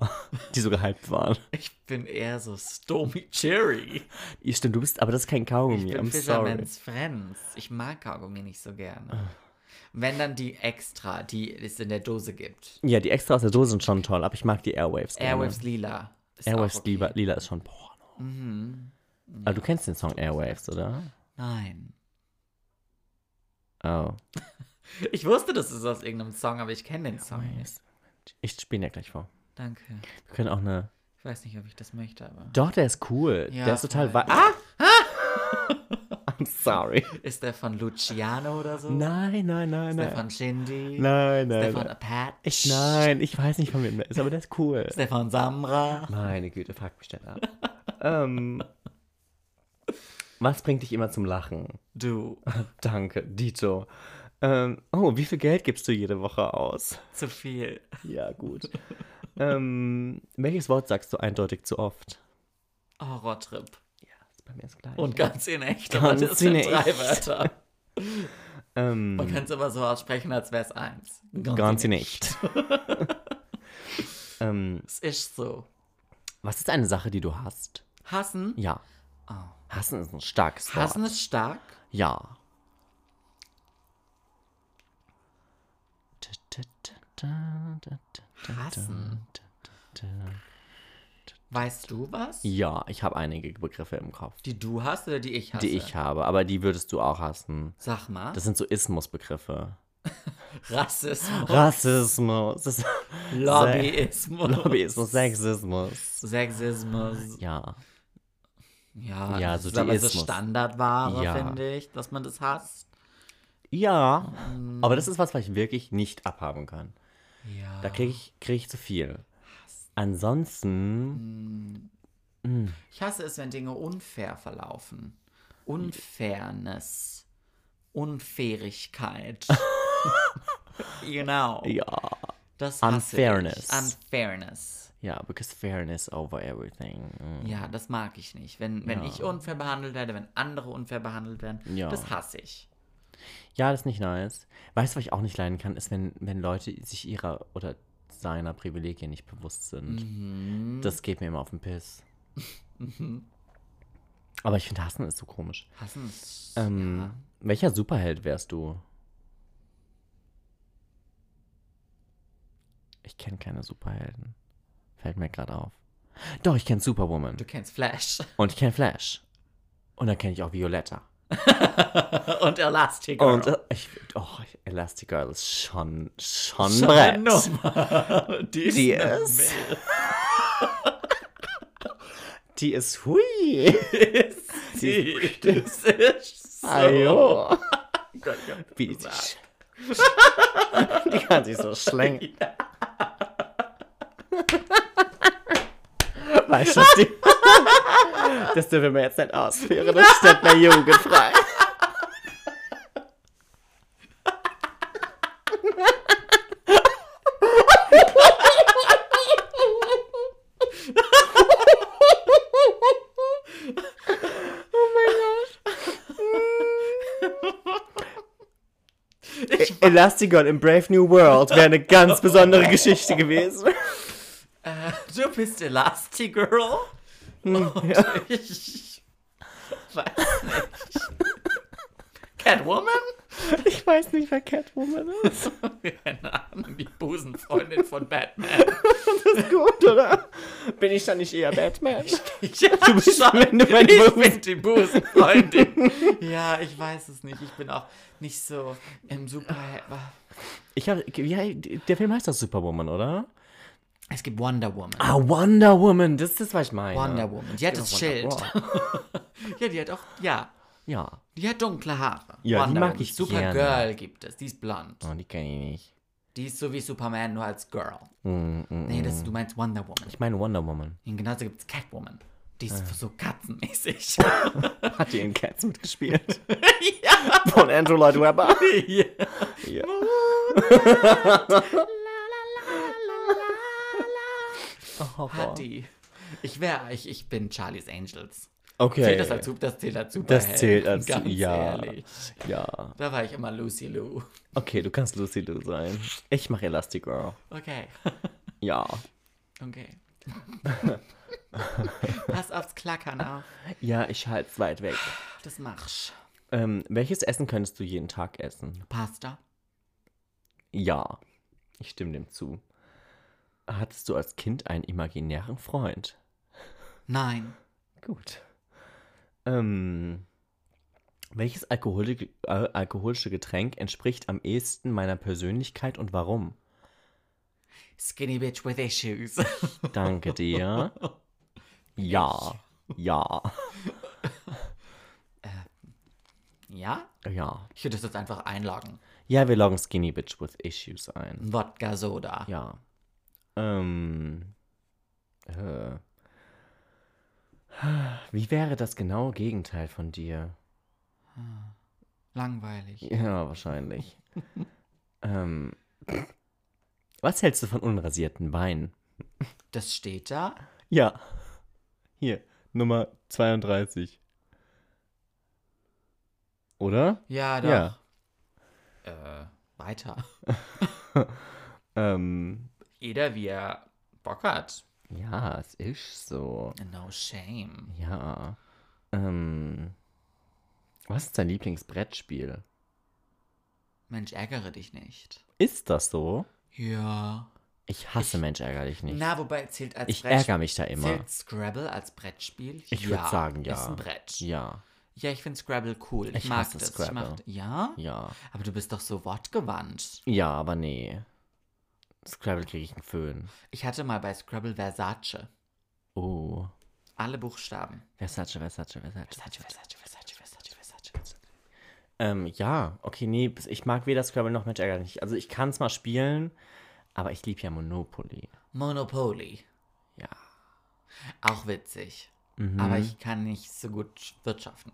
Speaker 4: Die so gehypt waren.
Speaker 2: Ich bin eher so Stormy Cherry.
Speaker 4: Ja, Stimmt, du bist. Aber das ist kein Kaugummi.
Speaker 2: Ich bin
Speaker 4: I'm sorry.
Speaker 2: Fisherman's Friends. Ich mag Kaugummi nicht so gerne. Wenn dann die extra, die es in der Dose gibt.
Speaker 4: Ja, die extra aus der Dose sind schon toll, aber ich mag die Airwaves. gerne.
Speaker 2: Airwaves Lila. Ist
Speaker 4: Airwaves
Speaker 2: auch okay. Mhm.
Speaker 4: Lila, Lila ist schon Porno. Aber du kennst den Song Airwaves, oder?
Speaker 2: Nein.
Speaker 4: Oh.
Speaker 2: Ich wusste, das ist aus irgendeinem Song, aber ich kenne den Song nicht.
Speaker 4: Ich spiele ihn ja gleich vor.
Speaker 2: Danke.
Speaker 4: Wir können auch eine.
Speaker 2: Ich weiß nicht, ob ich das möchte, aber.
Speaker 4: Doch, der ist cool.
Speaker 2: Ja,
Speaker 4: der ist total
Speaker 2: voll. Ah!
Speaker 4: weit. Ah! I'm sorry.
Speaker 2: Ist der von Luciano oder so?
Speaker 4: Nein, nein, nein,
Speaker 2: Ist der von
Speaker 4: nein.
Speaker 2: Shindy?
Speaker 4: Nein,
Speaker 2: Ist der
Speaker 4: nein,
Speaker 2: von
Speaker 4: nein.
Speaker 2: Apat?
Speaker 4: Ich, nein, ich weiß nicht, von wem der ist, aber der ist cool.
Speaker 2: Ist der von Samra?
Speaker 4: Meine Güte, frag mich denn ab. ähm, was bringt dich immer zum Lachen?
Speaker 2: Du,
Speaker 4: Danke, Dito. Ähm, oh, wie viel Geld gibst du jede Woche aus?
Speaker 2: zu viel.
Speaker 4: Ja, gut. ähm, welches Wort sagst du eindeutig zu oft?
Speaker 2: Oh, Horrortrip.
Speaker 4: Ja, ist bei mir das gleiche.
Speaker 2: Und ganz in echt.
Speaker 4: Ganz
Speaker 2: aber das sind
Speaker 4: in
Speaker 2: drei
Speaker 4: echt.
Speaker 2: Wörter.
Speaker 4: ähm,
Speaker 2: Man kann es aber so aussprechen, als wäre es eins.
Speaker 4: ganz nicht. ähm,
Speaker 2: Es ist so.
Speaker 4: was ist eine Sache, die du hast?
Speaker 2: Hassen?
Speaker 4: Ja. Ah. Hassen ist ein starkes Wort.
Speaker 2: Hassen ist stark.
Speaker 4: Ja. Da, da, da, da, da, da, da,
Speaker 2: Hassen.
Speaker 4: da, da, da.
Speaker 2: Weißt du was?
Speaker 4: Ja, ich habe einige Begriffe im Kopf,
Speaker 2: Die du hast oder die ich hasse?
Speaker 4: die ich habe, aber die würdest du auch hassen.
Speaker 2: Sag mal.
Speaker 4: Das sind so Ismus-Begriffe.
Speaker 2: Rassismus.
Speaker 4: Rassismus, das ist
Speaker 2: Lobbyismus.
Speaker 4: Lobbyismus, Sexismus.
Speaker 2: Sexismus.
Speaker 4: Ja,
Speaker 2: Ja,
Speaker 4: Ja,
Speaker 2: das
Speaker 4: so
Speaker 2: ist aber so
Speaker 4: Deismus.
Speaker 2: Standardware,
Speaker 4: Ja.
Speaker 2: finde ich, dass man das hasst.
Speaker 4: ja. Aber das ist was, was ich wirklich nicht abhaben kann.
Speaker 2: Ja.
Speaker 4: Da kriege ich, krieg ich zu viel. Ansonsten,
Speaker 2: Ich hasse es, wenn Dinge unfair verlaufen. Unfairness. Unfairigkeit. genau.
Speaker 4: ja.
Speaker 2: Das hasse ich.
Speaker 4: Unfairness.
Speaker 2: Unfairness.
Speaker 4: Ja, because fairness over everything. Mm.
Speaker 2: Ja, das mag ich nicht. Wenn, wenn ich unfair behandelt werde, wenn andere unfair behandelt werden,
Speaker 4: Ja.
Speaker 2: das hasse ich.
Speaker 4: Ja, das ist nicht nice. Weißt du, was ich auch nicht leiden kann, ist, wenn, wenn Leute sich ihrer oder seiner Privilegien nicht bewusst sind. Das geht mir immer auf den Piss. Aber ich finde, Hassen ist so komisch.
Speaker 2: Hassen ist.
Speaker 4: Ähm, Welcher Superheld wärst du? Ich kenne keine Superhelden. Fällt mir gerade auf. Doch, ich kenne Superwoman.
Speaker 2: Du kennst Flash
Speaker 4: Und ich kenne Flash. Und dann kenne ich auch Violetta.
Speaker 2: und Elastigirl.
Speaker 4: Und äh, ich, oh, Elastigirl ist schon, schon,
Speaker 2: Schon eine
Speaker 4: Brett.
Speaker 2: Nummer. Die ist
Speaker 4: Die
Speaker 2: eine
Speaker 4: ist- Die ist hui.
Speaker 2: Milch. Das ist so.
Speaker 4: Ah, Ajo.
Speaker 2: Gott, ich hab das
Speaker 4: Wie die,
Speaker 2: gesagt.
Speaker 4: sich- die kann sich so schlängeln. Weißt du, was die, das dürfen wir jetzt nicht ausführen. Das steht mir jugendfrei. Elastigirl in Brave New World wäre eine ganz besondere Geschichte gewesen.
Speaker 2: Du bist Elastigirl?
Speaker 4: Oh
Speaker 2: Und ich weiß nicht. Catwoman?
Speaker 4: Ich weiß nicht, wer Catwoman ist.
Speaker 2: Keine Ahnung, die Busenfreundin von Batman.
Speaker 4: Gut, oder? Bin ich dann nicht eher Batman?
Speaker 2: Ja, du
Speaker 4: bist- wenn du- wenn du-
Speaker 2: ich bin die Busenfreundin. ja, ich weiß es nicht. Ich bin auch nicht so im Super...
Speaker 4: Ich habe, ja, der Film heißt doch Superwoman, oder?
Speaker 2: Es gibt Wonder Woman.
Speaker 4: Ah, Wonder Woman, das ist das, was ich meine.
Speaker 2: Wonder Woman. Die hat
Speaker 4: Ja,
Speaker 2: das
Speaker 4: Wonder
Speaker 2: Schild. ja, die hat auch... Ja.
Speaker 4: Ja.
Speaker 2: Die hat dunkle Haare.
Speaker 4: Ja, die mag
Speaker 2: Woman.
Speaker 4: ich
Speaker 2: Supergirl
Speaker 4: gerne.
Speaker 2: gibt es. Die ist blond.
Speaker 4: Oh, die kenne ich nicht. Mm,
Speaker 2: Die ist so wie Superman, nur als Girl. nee,
Speaker 4: Mhm.
Speaker 2: das, du meinst Wonder Woman.
Speaker 4: Ich meine Wonder Woman.
Speaker 2: Und genauso gibt es Catwoman. Die ist so katzenmäßig.
Speaker 4: Hat die in Cats mitgespielt?
Speaker 2: ja.
Speaker 4: Von Andrew Lloyd Webber.
Speaker 2: ja.
Speaker 4: Ja. Oh,
Speaker 2: Hat die. Ich wäre, ich, ich bin Charlie's Angels.
Speaker 4: Okay.
Speaker 2: Zählt das als Sup- das zählt als Superheld.
Speaker 4: Das zählt als-
Speaker 2: Ganz
Speaker 4: ja.
Speaker 2: ehrlich.
Speaker 4: Ja.
Speaker 2: Da war ich immer Lucy Lou.
Speaker 4: Okay, du kannst Lucy Lou sein. Ich mache Elastigirl.
Speaker 2: Okay.
Speaker 4: Ja.
Speaker 2: Okay. Pass aufs Klackern auf.
Speaker 4: Ja, ich halte es weit weg.
Speaker 2: Das machst.
Speaker 4: Ähm, welches Essen könntest du jeden Tag essen?
Speaker 2: Pasta.
Speaker 4: Ja, ich stimme dem zu. Hattest du als Kind einen imaginären Freund?
Speaker 2: Nein.
Speaker 4: Gut. Ähm, welches alkoholik- äh, alkoholische Getränk entspricht am ehesten meiner Persönlichkeit und warum?
Speaker 2: Skinny Bitch with Issues.
Speaker 4: Danke dir. Ja. Ja.
Speaker 2: ja?
Speaker 4: Ja.
Speaker 2: Ich würde das jetzt einfach einloggen.
Speaker 4: Ja, wir loggen Skinny Bitch with Issues ein.
Speaker 2: Wodka Soda.
Speaker 4: Ja. Ähm. Äh. Wie wäre das genaue Gegenteil von dir?
Speaker 2: Langweilig.
Speaker 4: Ja, wahrscheinlich. ähm, was hältst du von unrasierten Beinen?
Speaker 2: Das steht da.
Speaker 4: Ja. Hier, Nummer 32. Oder?
Speaker 2: Ja, doch.
Speaker 4: Ja.
Speaker 2: Äh, weiter.
Speaker 4: Ähm,
Speaker 2: Jeder, wie er Bock hat.
Speaker 4: ja, es ist so.
Speaker 2: No shame.
Speaker 4: Ja. Ähm, was ist dein Lieblingsbrettspiel?
Speaker 2: Mensch, ärgere dich nicht.
Speaker 4: Ist das so?
Speaker 2: Ja.
Speaker 4: Ich hasse Mensch ärgerlich nicht.
Speaker 2: Na, wobei zählt als
Speaker 4: ich
Speaker 2: Brettspiel-
Speaker 4: ärgere mich da immer.
Speaker 2: Zählt Scrabble als Brettspiel?
Speaker 4: Ich würd sagen,
Speaker 2: Ist
Speaker 4: ja.
Speaker 2: ein Brett. Ja,
Speaker 4: Ja,
Speaker 2: ich finde Scrabble cool. Ich,
Speaker 4: Ich
Speaker 2: mag
Speaker 4: hasse
Speaker 2: das. Ich
Speaker 4: Scrabble.
Speaker 2: mag, ja?
Speaker 4: ja.
Speaker 2: Aber du bist doch so wortgewandt.
Speaker 4: Ja, aber nee. Scrabble kriege ich einen Föhn.
Speaker 2: Ich hatte mal bei Scrabble Versace.
Speaker 4: Oh.
Speaker 2: Alle Buchstaben.
Speaker 4: Versace, Versace, Versace.
Speaker 2: Versace, Versace, Versace, Versace, Versace. Versace.
Speaker 4: Ähm, ja, okay, nee, ich mag weder Scrabble noch Match Ärger nicht. Also ich kann es mal spielen, aber ich liebe ja Monopoly.
Speaker 2: Monopoly.
Speaker 4: Ja.
Speaker 2: Auch witzig. Aber ich kann nicht so gut wirtschaften.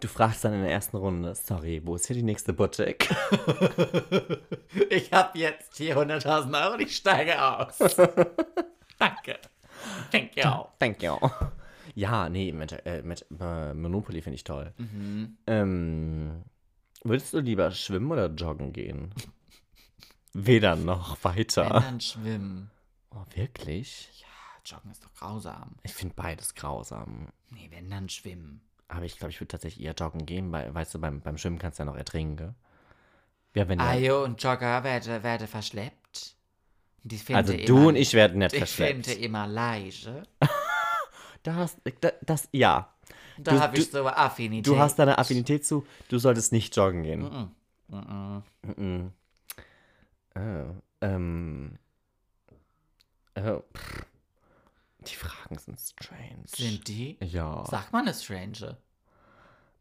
Speaker 4: Du fragst dann in der ersten Runde, sorry, wo ist hier die nächste Boutique?
Speaker 2: Ich habe jetzt hier 100.000 Euro und ich steige aus. Danke. Thank you.
Speaker 4: Thank you. Ja, nee, Match, äh, Match, äh, Monopoly finde ich toll.
Speaker 2: Mhm.
Speaker 4: Ähm, würdest du lieber schwimmen oder joggen gehen? Weder noch
Speaker 2: Wenn
Speaker 4: weiter.
Speaker 2: dann schwimmen.
Speaker 4: Oh, wirklich?
Speaker 2: Ja, Joggen ist doch grausam.
Speaker 4: Ich finde beides grausam.
Speaker 2: Nee, wenn dann schwimmen.
Speaker 4: Aber ich glaube, ich würde tatsächlich eher joggen gehen, weil, weißt du, beim, beim Schwimmen kannst du ja noch ertrinken, gell? Ja, wenn halt ja.
Speaker 2: Ayo Ah, und Jogger werde, werde verschleppt. Die finde
Speaker 4: Also
Speaker 2: immer-
Speaker 4: du und ich werden nicht
Speaker 2: Ich finde eh
Speaker 4: verschleppt.
Speaker 2: immer leise.
Speaker 4: Das, das, das, ja.
Speaker 2: Da
Speaker 4: Du-
Speaker 2: habe
Speaker 4: du-
Speaker 2: ich so eine Affinität. Mm,
Speaker 4: Du hast da eine Affinität zu, du solltest nicht joggen gehen. Mhm. Oh, ähm. Oh, pff. Die Fragen sind strange.
Speaker 2: Sind die?
Speaker 4: ja.
Speaker 2: Sag mal eine Strange.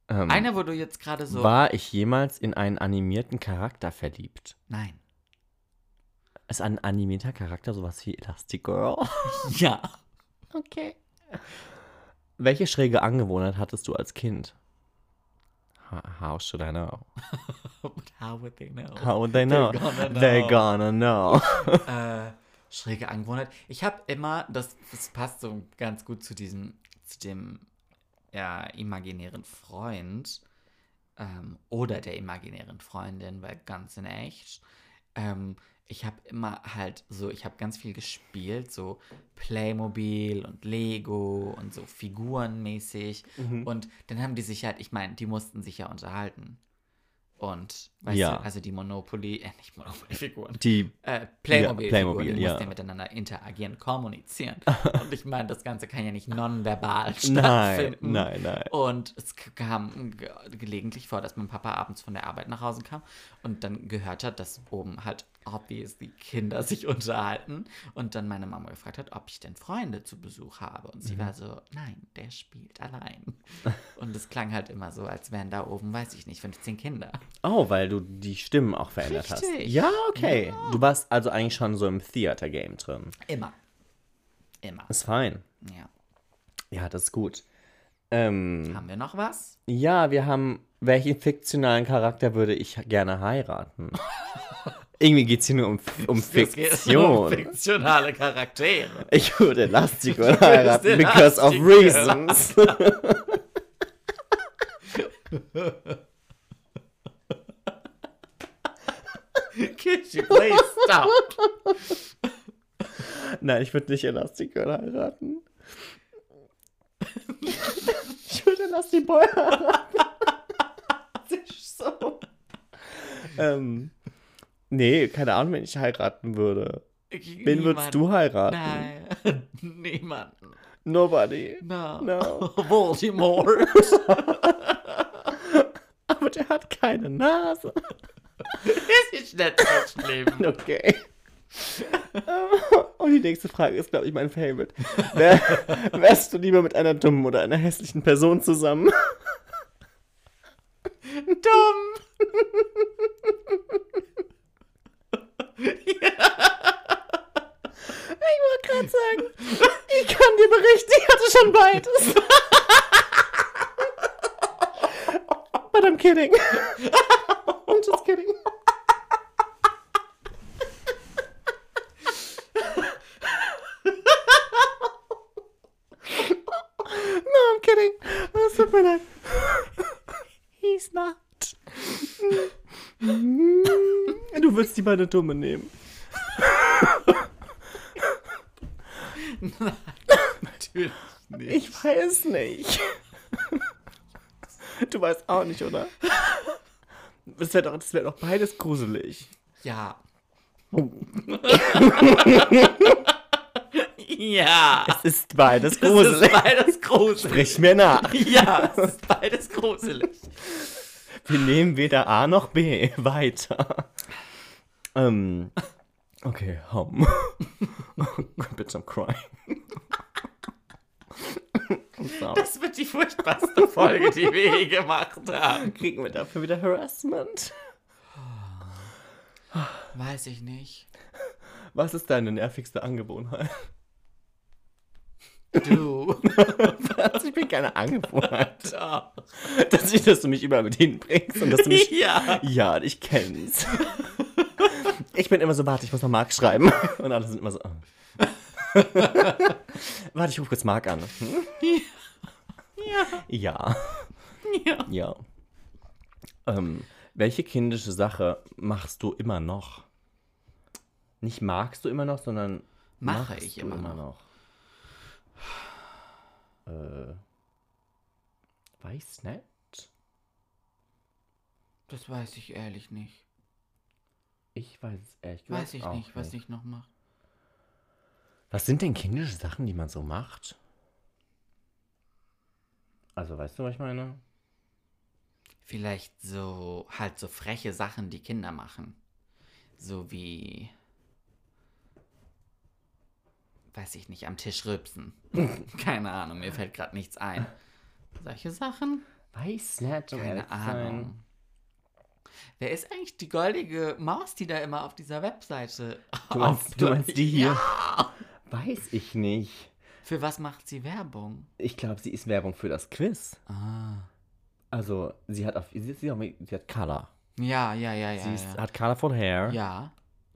Speaker 4: Ähm,
Speaker 2: Eine, wo du jetzt gerade so.
Speaker 4: War ich jemals in einen animierten Charakter verliebt?
Speaker 2: Nein.
Speaker 4: Ist ein animierter Charakter sowas wie Elastigirl?
Speaker 2: Ja.
Speaker 4: Okay. Welche schräge Angewohnheit hattest du als Kind? Ho- How should I know?
Speaker 2: But how would they know?
Speaker 4: How would they know?
Speaker 2: gonna know.
Speaker 4: They're gonna know.
Speaker 2: Äh, Schräge Angewohnheit. Ich habe immer, das, das passt so ganz gut zu diesem, zu dem ja, imaginären Freund ähm, oder der imaginären Freundin, weil ganz in echt. Ähm, ich habe immer halt so, ich habe ganz viel gespielt, so Playmobil und Lego und so Figurenmäßig. Und dann haben die sich halt, ich meine, die mussten sich ja unterhalten. Und, weißt
Speaker 4: Ja.
Speaker 2: du, also die Monopoly, äh, nicht Monopoly-Figuren,
Speaker 4: Die.
Speaker 2: äh, Playmobil,
Speaker 4: Ja,
Speaker 2: ja,
Speaker 4: Playmobil,
Speaker 2: Playmobil
Speaker 4: ja.
Speaker 2: ja. miteinander interagieren, kommunizieren. Und ich meine, das Ganze kann ja nicht nonverbal
Speaker 4: Nein,
Speaker 2: stattfinden.
Speaker 4: nein, nein.
Speaker 2: Und es k- kam ge gelegentlich vor, dass mein Papa abends von der Arbeit nach Hause kam und dann gehört hat, dass oben halt obviously Kinder sich unterhalten und dann meine Mama gefragt hat, ob ich denn Freunde zu Besuch habe. Und sie
Speaker 4: Mhm.
Speaker 2: war so, nein, der spielt allein. Und es klang halt immer so, als wären da oben, weiß ich nicht, 15 Kinder.
Speaker 4: Oh, weil du die Stimmen auch verändert hast.
Speaker 2: Richtig.
Speaker 4: Ja, okay. Du warst also eigentlich schon so im Theater-Game drin.
Speaker 2: Immer. Immer.
Speaker 4: Ist fein.
Speaker 2: Ja.
Speaker 4: Ja, das ist gut. Ähm,
Speaker 2: Haben wir noch was?
Speaker 4: ja, wir haben. Welchen fiktionalen Charakter würde ich gerne heiraten? Irgendwie geht es hier nur um, um
Speaker 2: Es geht nur um
Speaker 4: Fiktion.
Speaker 2: fiktionale Charaktere.
Speaker 4: Ich würde Elastigirl heiraten, because of
Speaker 2: Elastigirl.
Speaker 4: reasons.
Speaker 2: Could you please stop?
Speaker 4: Nein, ich würde nicht Elastigirl heiraten. Ich würde Elastiboy heiraten. Das ist so. Ähm, nee, keine Ahnung, wenn ich heiraten würde. Wen würdest du heiraten?
Speaker 2: Nein. Niemanden.
Speaker 4: Nobody.
Speaker 2: Na.
Speaker 4: No.
Speaker 2: Voldemort.
Speaker 4: Aber der hat keine Nase.
Speaker 2: ist nicht nett, das Leben.
Speaker 4: Okay. Ähm, Und die nächste Frage ist, glaube ich, mein Favorite. Wär, wärst du lieber mit einer dummen oder einer hässlichen Person zusammen?
Speaker 2: Dumm.
Speaker 4: Ich wollte gerade sagen, ich kann dir berichten, ich hatte schon beides. But I'm kidding. I'm just kidding. No, I'm kidding. Oh, super nett. He's not. Du würdest die beide Dumme nehmen.
Speaker 2: Natürlich nicht.
Speaker 4: Ich weiß nicht. Du weißt auch nicht, oder? Das wäre doch, das wär doch beides gruselig.
Speaker 2: Ja. ja.
Speaker 4: Es ist beides
Speaker 2: Das
Speaker 4: gruselig.
Speaker 2: ist beides gruselig.
Speaker 4: Sprich mir nach.
Speaker 2: Ja, es ist beides gruselig.
Speaker 4: Wir nehmen weder A noch B weiter. Ähm. Okay, home. Bitch, I'm crying. I'm sorry.
Speaker 2: Das wird die furchtbarste Folge, die wir je gemacht haben.
Speaker 4: kriegen wir dafür wieder Harassment.
Speaker 2: Weiß ich nicht.
Speaker 4: Was ist deine nervigste Angewohnheit?
Speaker 2: Du.
Speaker 4: Also Ich bin keine Angewohnheit.
Speaker 2: Doch.
Speaker 4: Dass, ich, dass du mich überall mit hinbringst und dass du mich
Speaker 2: Ja.
Speaker 4: Ja, ich kenn's. Ich bin immer so, warte, ich muss noch Marc schreiben. Und alle sind immer so. oh. warte, ich rufe kurz Marc an. Hm?
Speaker 2: Ja.
Speaker 4: Ja,
Speaker 2: Ja.
Speaker 4: ja. Ähm, welche kindische Sache machst du immer noch? Nicht magst du immer noch, sondern
Speaker 2: Mache
Speaker 4: machst
Speaker 2: ich
Speaker 4: du
Speaker 2: immer
Speaker 4: noch. Äh, weiß nicht.
Speaker 2: Das weiß ich ehrlich nicht.
Speaker 4: Ich weiß es ehrlich gesagt
Speaker 2: Weiß ich
Speaker 4: auch
Speaker 2: nicht, was ich noch mache.
Speaker 4: Was sind denn kindische Sachen, die man so macht? Also, weißt du, was ich meine?
Speaker 2: Vielleicht so, halt so freche Sachen, die Kinder machen. So wie, weiß ich nicht, am Tisch rübsen. Keine Ahnung, mir fällt gerade nichts ein. Solche Sachen?
Speaker 4: Weiß nicht. um
Speaker 2: Keine
Speaker 4: ehrlich zu sein.
Speaker 2: Ahnung. Wer ist eigentlich die goldige Maus, die da immer auf dieser Webseite
Speaker 4: Du meinst, du meinst die hier?
Speaker 2: Ja.
Speaker 4: Weiß ich nicht.
Speaker 2: Für was macht sie Werbung?
Speaker 4: Ich glaube, sie ist Werbung für das Quiz.
Speaker 2: Ah.
Speaker 4: Also, sie hat auf. Sie, sie, sie hat Color.
Speaker 2: Ja, ja, ja, ja.
Speaker 4: sie ist,
Speaker 2: ja.
Speaker 4: hat Colorful Hair.
Speaker 2: ja,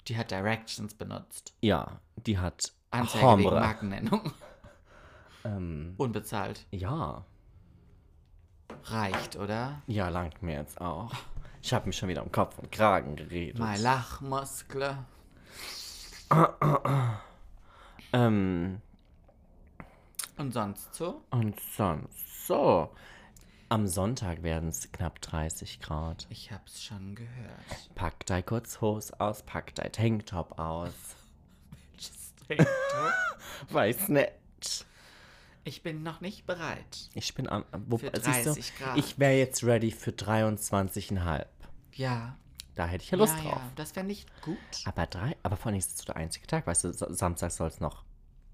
Speaker 2: die hat Directions benutzt.
Speaker 4: Ja, Die hat
Speaker 2: Anzeige wegen
Speaker 4: Hombre.
Speaker 2: Markennennung.
Speaker 4: Ähm,
Speaker 2: Unbezahlt.
Speaker 4: ja.
Speaker 2: Reicht, oder?
Speaker 4: Ja, langt mir jetzt auch. Ich habe mich schon wieder um Kopf und Kragen geredet.
Speaker 2: Mein Lachmuskel.
Speaker 4: Ähm,
Speaker 2: Und sonst so?
Speaker 4: und sonst so. Am Sonntag werden es knapp 30 Grad.
Speaker 2: Ich hab's schon gehört.
Speaker 4: Pack dein Kurzhose aus, pack dein Tanktop aus. Weiß nicht.
Speaker 2: Ich bin noch nicht bereit.
Speaker 4: Ich bin an. Wo,
Speaker 2: Für
Speaker 4: siehst
Speaker 2: 30 Grad.
Speaker 4: Ich wäre jetzt ready für 23,5.
Speaker 2: Ja.
Speaker 4: Da hätte ich ja Lust
Speaker 2: ja,
Speaker 4: drauf.
Speaker 2: Ja, das fände ich gut.
Speaker 4: Aber drei, aber vor allem ist es der einzige Tag. Weißt du, Sa- Samstag soll es noch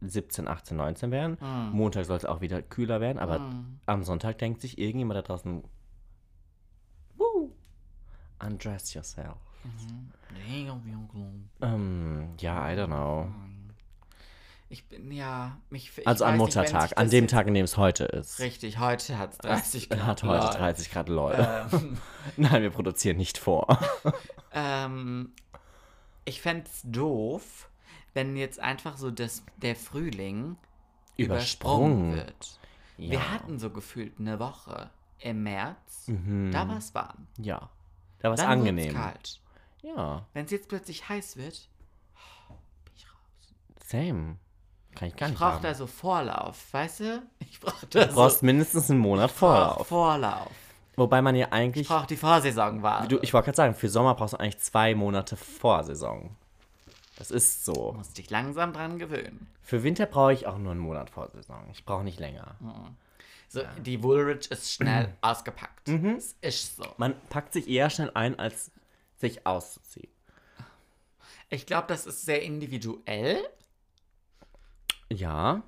Speaker 4: 17, 18, 19 werden.
Speaker 2: Hm.
Speaker 4: Montag soll es auch wieder kühler werden. Aber am Sonntag denkt sich irgendjemand da draußen: Woo! Undress yourself.
Speaker 2: Mhm.
Speaker 4: Ähm, ja, I don't know.
Speaker 2: Mhm. Ich bin, ja, mich. Ich
Speaker 4: Also am
Speaker 2: weiß nicht, wenn
Speaker 4: Muttertag,
Speaker 2: sich
Speaker 4: an
Speaker 2: das
Speaker 4: dem
Speaker 2: jetzt-
Speaker 4: Tag, an dem es heute ist.
Speaker 2: Richtig, genau. heute hat's 30 Grad. Ähm,
Speaker 4: Hat heute
Speaker 2: lol.
Speaker 4: 30 Grad, Leute. Nein, wir produzieren nicht vor.
Speaker 2: Ähm, ich fänd's doof, wenn jetzt einfach so das, der Frühling übersprungen
Speaker 4: Übersprungen.
Speaker 2: wird. Wir
Speaker 4: Ja.
Speaker 2: hatten so gefühlt eine Woche im März, da war es warm.
Speaker 4: Ja. Da war es
Speaker 2: Dann
Speaker 4: Mhm. angenehm.
Speaker 2: wurd's kalt.
Speaker 4: Ja,
Speaker 2: Wenn es jetzt plötzlich heiß wird, bin ich raus.
Speaker 4: same. Kann ich gar
Speaker 2: Ich
Speaker 4: nicht
Speaker 2: brauche
Speaker 4: sagen.
Speaker 2: da so Vorlauf, weißt du? Ich brauche da
Speaker 4: Du
Speaker 2: so
Speaker 4: brauchst mindestens einen Monat Vorlauf.
Speaker 2: Vorlauf.
Speaker 4: Wobei man ja
Speaker 2: Ich
Speaker 4: eigentlich.
Speaker 2: brauche die Vorsaison warm.
Speaker 4: Du, ich wollte gerade sagen, für Sommer brauchst du eigentlich zwei Monate Vorsaison. Das ist so.
Speaker 2: Musst dich langsam dran gewöhnen.
Speaker 4: Für Winter brauche ich auch nur einen Monat Vorsaison. Ich brauche nicht länger.
Speaker 2: So, die Woolridge ist schnell ausgepackt.
Speaker 4: Mhm.
Speaker 2: Es ist so.
Speaker 4: Man packt sich eher schnell ein, als sich auszuziehen.
Speaker 2: Ich glaube, das ist sehr individuell,
Speaker 4: Ja.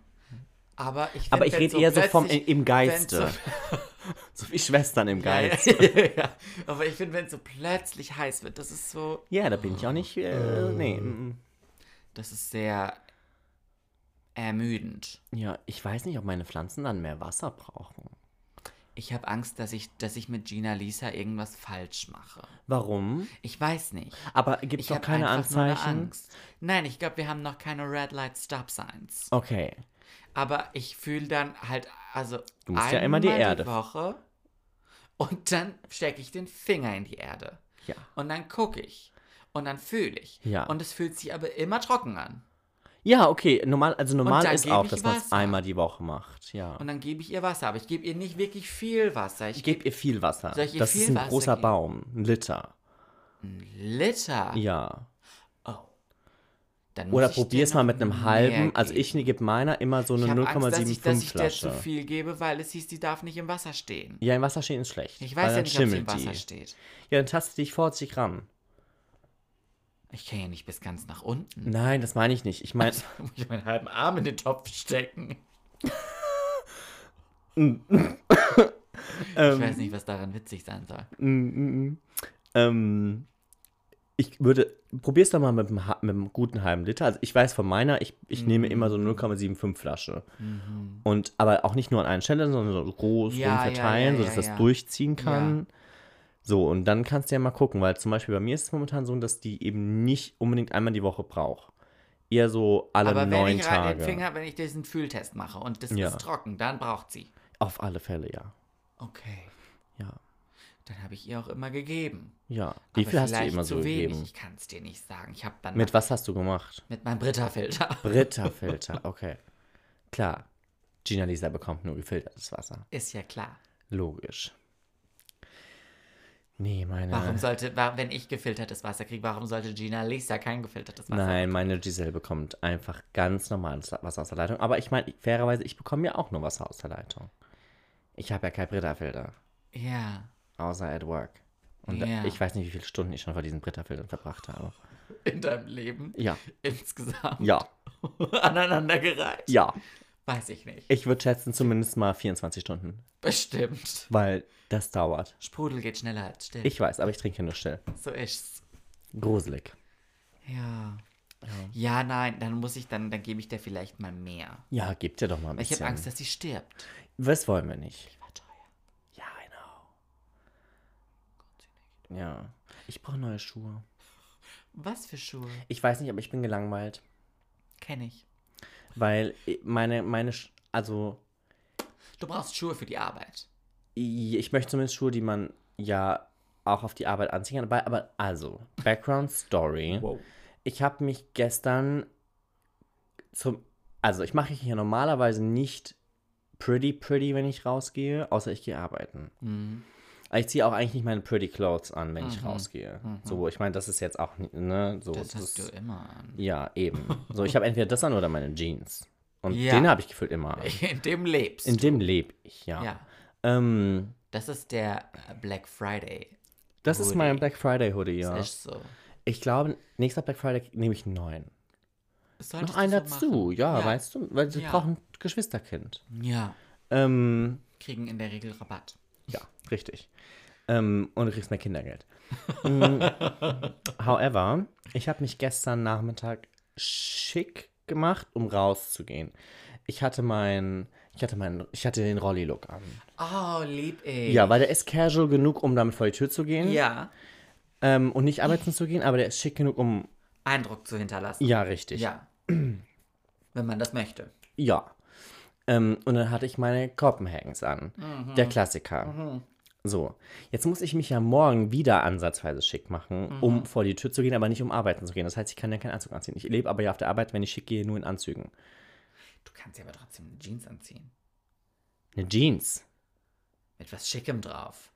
Speaker 2: aber ich find,
Speaker 4: Aber ich
Speaker 2: wenn
Speaker 4: rede eher so vom
Speaker 2: plötzlich-
Speaker 4: im
Speaker 2: wenn
Speaker 4: Geiste.
Speaker 2: so-
Speaker 4: So wie Schwestern im
Speaker 2: Ja,
Speaker 4: Geist.
Speaker 2: ja, ja, ja. Aber ich finde, wenn es so plötzlich heiß wird, das ist so.
Speaker 4: Ja, da bin ich auch nicht. Äh, nee. mm,
Speaker 2: Das ist sehr ermüdend.
Speaker 4: mm. Ja, ich weiß nicht, ob meine Pflanzen dann mehr Wasser brauchen.
Speaker 2: Ich habe Angst, dass ich, dass ich mit Gina Lisa irgendwas falsch mache.
Speaker 4: Warum?
Speaker 2: Ich weiß nicht.
Speaker 4: Aber gibt es
Speaker 2: Ich
Speaker 4: doch
Speaker 2: habe
Speaker 4: keine
Speaker 2: einfach nur eine
Speaker 4: Anzeichen?
Speaker 2: Angst. Nein, ich glaube, wir haben noch keine Red Light Stop Signs.
Speaker 4: Okay.
Speaker 2: Aber ich fühle dann halt, also
Speaker 4: Du musst ja immer die
Speaker 2: einmal
Speaker 4: Erde.
Speaker 2: die Woche und dann stecke ich den Finger in die Erde.
Speaker 4: Ja.
Speaker 2: Und dann gucke ich. Und dann fühle ich.
Speaker 4: Ja.
Speaker 2: Und es fühlt sich aber immer trocken an.
Speaker 4: Ja, okay. Normal, also normal
Speaker 2: da
Speaker 4: ist
Speaker 2: gebe
Speaker 4: auch,
Speaker 2: ich
Speaker 4: dass man es
Speaker 2: Wasser.
Speaker 4: einmal die Woche macht. Ja.
Speaker 2: Und dann gebe ich ihr Wasser. Aber ich gebe ihr nicht wirklich viel Wasser. Ich
Speaker 4: Ich
Speaker 2: gebe
Speaker 4: gebe ihr viel Wasser.
Speaker 2: Soll ich ihr
Speaker 4: das
Speaker 2: viel
Speaker 4: ist ein
Speaker 2: Wasser
Speaker 4: großer
Speaker 2: geben?
Speaker 4: Baum, ein Liter.
Speaker 2: Liter.
Speaker 4: Ja.
Speaker 2: Oh. Dann muss
Speaker 4: Oder
Speaker 2: ich dir
Speaker 4: probier's
Speaker 2: noch
Speaker 4: mal mit einem
Speaker 2: mehr
Speaker 4: halben. Also
Speaker 2: geben.
Speaker 4: ich gebe meiner immer so eine
Speaker 2: Ich habe Angst, dass ich, dass
Speaker 4: 0,75
Speaker 2: ich dir zu
Speaker 4: Flasche.
Speaker 2: viel gebe, weil es hieß, die darf nicht im Wasser stehen.
Speaker 4: Ja, im Wasser stehen ist schlecht.
Speaker 2: Ich
Speaker 4: weil
Speaker 2: weiß ja
Speaker 4: dann
Speaker 2: nicht, ob sie im
Speaker 4: schimmelt
Speaker 2: Wasser
Speaker 4: die.
Speaker 2: steht.
Speaker 4: Ja, dann taste dich vorsichtig ran.
Speaker 2: Ich kann ja nicht bis ganz nach unten.
Speaker 4: Nein, das meine ich nicht. Ich meine,
Speaker 2: Da muss ich meinen halben Arm in den Topf stecken. ich weiß nicht, was daran witzig sein soll.
Speaker 4: Mm, ähm, ich würde, probier's doch mal mit einem, ha- mit einem guten halben Liter. Also ich weiß von meiner, ich, ich nehme immer
Speaker 2: Mhm.
Speaker 4: so eine 0,75 Flasche. Und, aber auch nicht nur an einer Stelle, sondern so groß
Speaker 2: Ja,
Speaker 4: rum
Speaker 2: ja,
Speaker 4: verteilen,
Speaker 2: ja,
Speaker 4: sodass
Speaker 2: ja,
Speaker 4: das
Speaker 2: ja.
Speaker 4: durchziehen kann. So, und dann kannst du ja mal gucken, weil zum Beispiel bei mir ist es momentan so, dass die eben nicht unbedingt einmal die Woche braucht. Eher so alle
Speaker 2: Aber wenn
Speaker 4: neun
Speaker 2: ich rein
Speaker 4: Tage.
Speaker 2: den Finger, wenn ich diesen Fühltest mache und das
Speaker 4: Ja.
Speaker 2: ist trocken, dann braucht sie.
Speaker 4: Auf alle Fälle, ja.
Speaker 2: Okay.
Speaker 4: Ja.
Speaker 2: Dann habe ich ihr auch immer gegeben.
Speaker 4: Ja. Wie
Speaker 2: Aber
Speaker 4: viel hast du
Speaker 2: vielleicht
Speaker 4: immer so
Speaker 2: zu wenig.
Speaker 4: gegeben?
Speaker 2: Ich kann es dir nicht sagen. Ich habe dann
Speaker 4: Mit was hast du gemacht?
Speaker 2: mit meinem Britta-Filter.
Speaker 4: Britta-Filter, okay. Klar. Gina Lisa bekommt nur gefiltertes Wasser.
Speaker 2: Ist ja klar.
Speaker 4: Logisch. Nee, meine.
Speaker 2: Warum sollte, wa- wenn ich gefiltertes Wasser kriege, warum sollte Gina Lisa kein gefiltertes Wasser?
Speaker 4: Nein, meine Giselle bekommt einfach ganz normales Wasser aus der Leitung. Aber ich meine, fairerweise, ich bekomme ja auch nur Wasser aus der Leitung. Ich habe ja kein Britta-Filter.
Speaker 2: Ja.
Speaker 4: Außer at work. Und
Speaker 2: Ja.
Speaker 4: ich weiß nicht, wie viele Stunden ich schon vor diesen Britta-Filtern verbracht habe.
Speaker 2: In deinem Leben?
Speaker 4: Ja.
Speaker 2: Insgesamt?
Speaker 4: Ja.
Speaker 2: Aneinandergereiht?
Speaker 4: Ja.
Speaker 2: Weiß ich nicht.
Speaker 4: Ich würde schätzen, zumindest mal 24 Stunden.
Speaker 2: Bestimmt.
Speaker 4: Weil das dauert.
Speaker 2: Sprudel geht schneller als still.
Speaker 4: Ich weiß, aber ich trinke nur still.
Speaker 2: so ist's.
Speaker 4: Gruselig.
Speaker 2: Ja. ja. nein, dann muss ich, dann, dann gebe ich der vielleicht mal mehr.
Speaker 4: Ja, gebt ihr doch mal ein
Speaker 2: Weil ich
Speaker 4: bisschen.
Speaker 2: habe Angst, dass sie stirbt.
Speaker 4: Was wollen wir nicht?
Speaker 2: War teuer.
Speaker 4: Ja, genau. Ja. Ich brauche neue Schuhe.
Speaker 2: Was für Schuhe?
Speaker 4: Ich weiß nicht, aber ich bin gelangweilt.
Speaker 2: Kenne ich.
Speaker 4: Weil meine, meine, Sch- also
Speaker 2: Du brauchst Schuhe für die Arbeit.
Speaker 4: ich möchte zumindest Schuhe, die man ja auch auf die Arbeit anziehen kann. Aber, aber also, Background Story. Ich habe mich gestern zum, also ich mache hier normalerweise nicht pretty pretty, wenn ich rausgehe, außer ich gehe arbeiten.
Speaker 2: Mhm.
Speaker 4: Aber Ich ziehe auch eigentlich nicht meine Pretty Clothes an, wenn ich
Speaker 2: Mhm.
Speaker 4: rausgehe.
Speaker 2: Mhm.
Speaker 4: So, ich meine, das ist jetzt auch, ni- ne, so.
Speaker 2: Das hast du
Speaker 4: ist,
Speaker 2: immer an.
Speaker 4: ja, eben. So, ich habe entweder das an oder meine Jeans. Und
Speaker 2: Ja.
Speaker 4: den habe ich gefühlt immer an.
Speaker 2: In dem lebst.
Speaker 4: In
Speaker 2: du.
Speaker 4: dem lebe ich, ja.
Speaker 2: ja.
Speaker 4: Ähm,
Speaker 2: Das ist der äh, Black Friday.
Speaker 4: das ist mein
Speaker 2: Hoodie.
Speaker 4: Black Friday Hoodie,
Speaker 2: Das
Speaker 4: ja.
Speaker 2: ist so.
Speaker 4: Ich glaube, nächster Black Friday nehme ich einen neuen.
Speaker 2: Das solltest
Speaker 4: Noch einen
Speaker 2: du so
Speaker 4: dazu,
Speaker 2: machen.
Speaker 4: ja, weißt du, weil sie
Speaker 2: Ja.
Speaker 4: brauchen ein Geschwisterkind.
Speaker 2: Ja.
Speaker 4: Ähm,
Speaker 2: Kriegen in der Regel Rabatt.
Speaker 4: Ja, richtig. Ähm, und du kriegst mehr Kindergeld. Mm, However, ich habe mich gestern Nachmittag schick gemacht, um rauszugehen. Ich hatte meinen, ich hatte meinen, ich hatte den Rolli-Look an.
Speaker 2: Oh, lieb ich.
Speaker 4: Ja, weil der ist casual genug, um damit vor die Tür zu gehen
Speaker 2: Ja.
Speaker 4: ähm, und nicht arbeiten zu gehen, aber der ist schick genug, um,
Speaker 2: Eindruck zu hinterlassen.
Speaker 4: ja, richtig.
Speaker 2: Ja. Wenn man das möchte.
Speaker 4: Ja. Ähm, und dann hatte ich meine Copenhagens an.
Speaker 2: Mhm.
Speaker 4: Der Klassiker. So, jetzt muss ich mich ja morgen wieder ansatzweise schick machen,
Speaker 2: Mhm.
Speaker 4: um vor die Tür zu gehen, aber nicht um arbeiten zu gehen. Das heißt, ich kann ja keinen Anzug anziehen. Ich lebe aber ja auf der Arbeit, wenn ich schick gehe, nur in Anzügen.
Speaker 2: Du kannst ja aber trotzdem eine Jeans anziehen.
Speaker 4: Eine Jeans.
Speaker 2: Mit was Schickem drauf.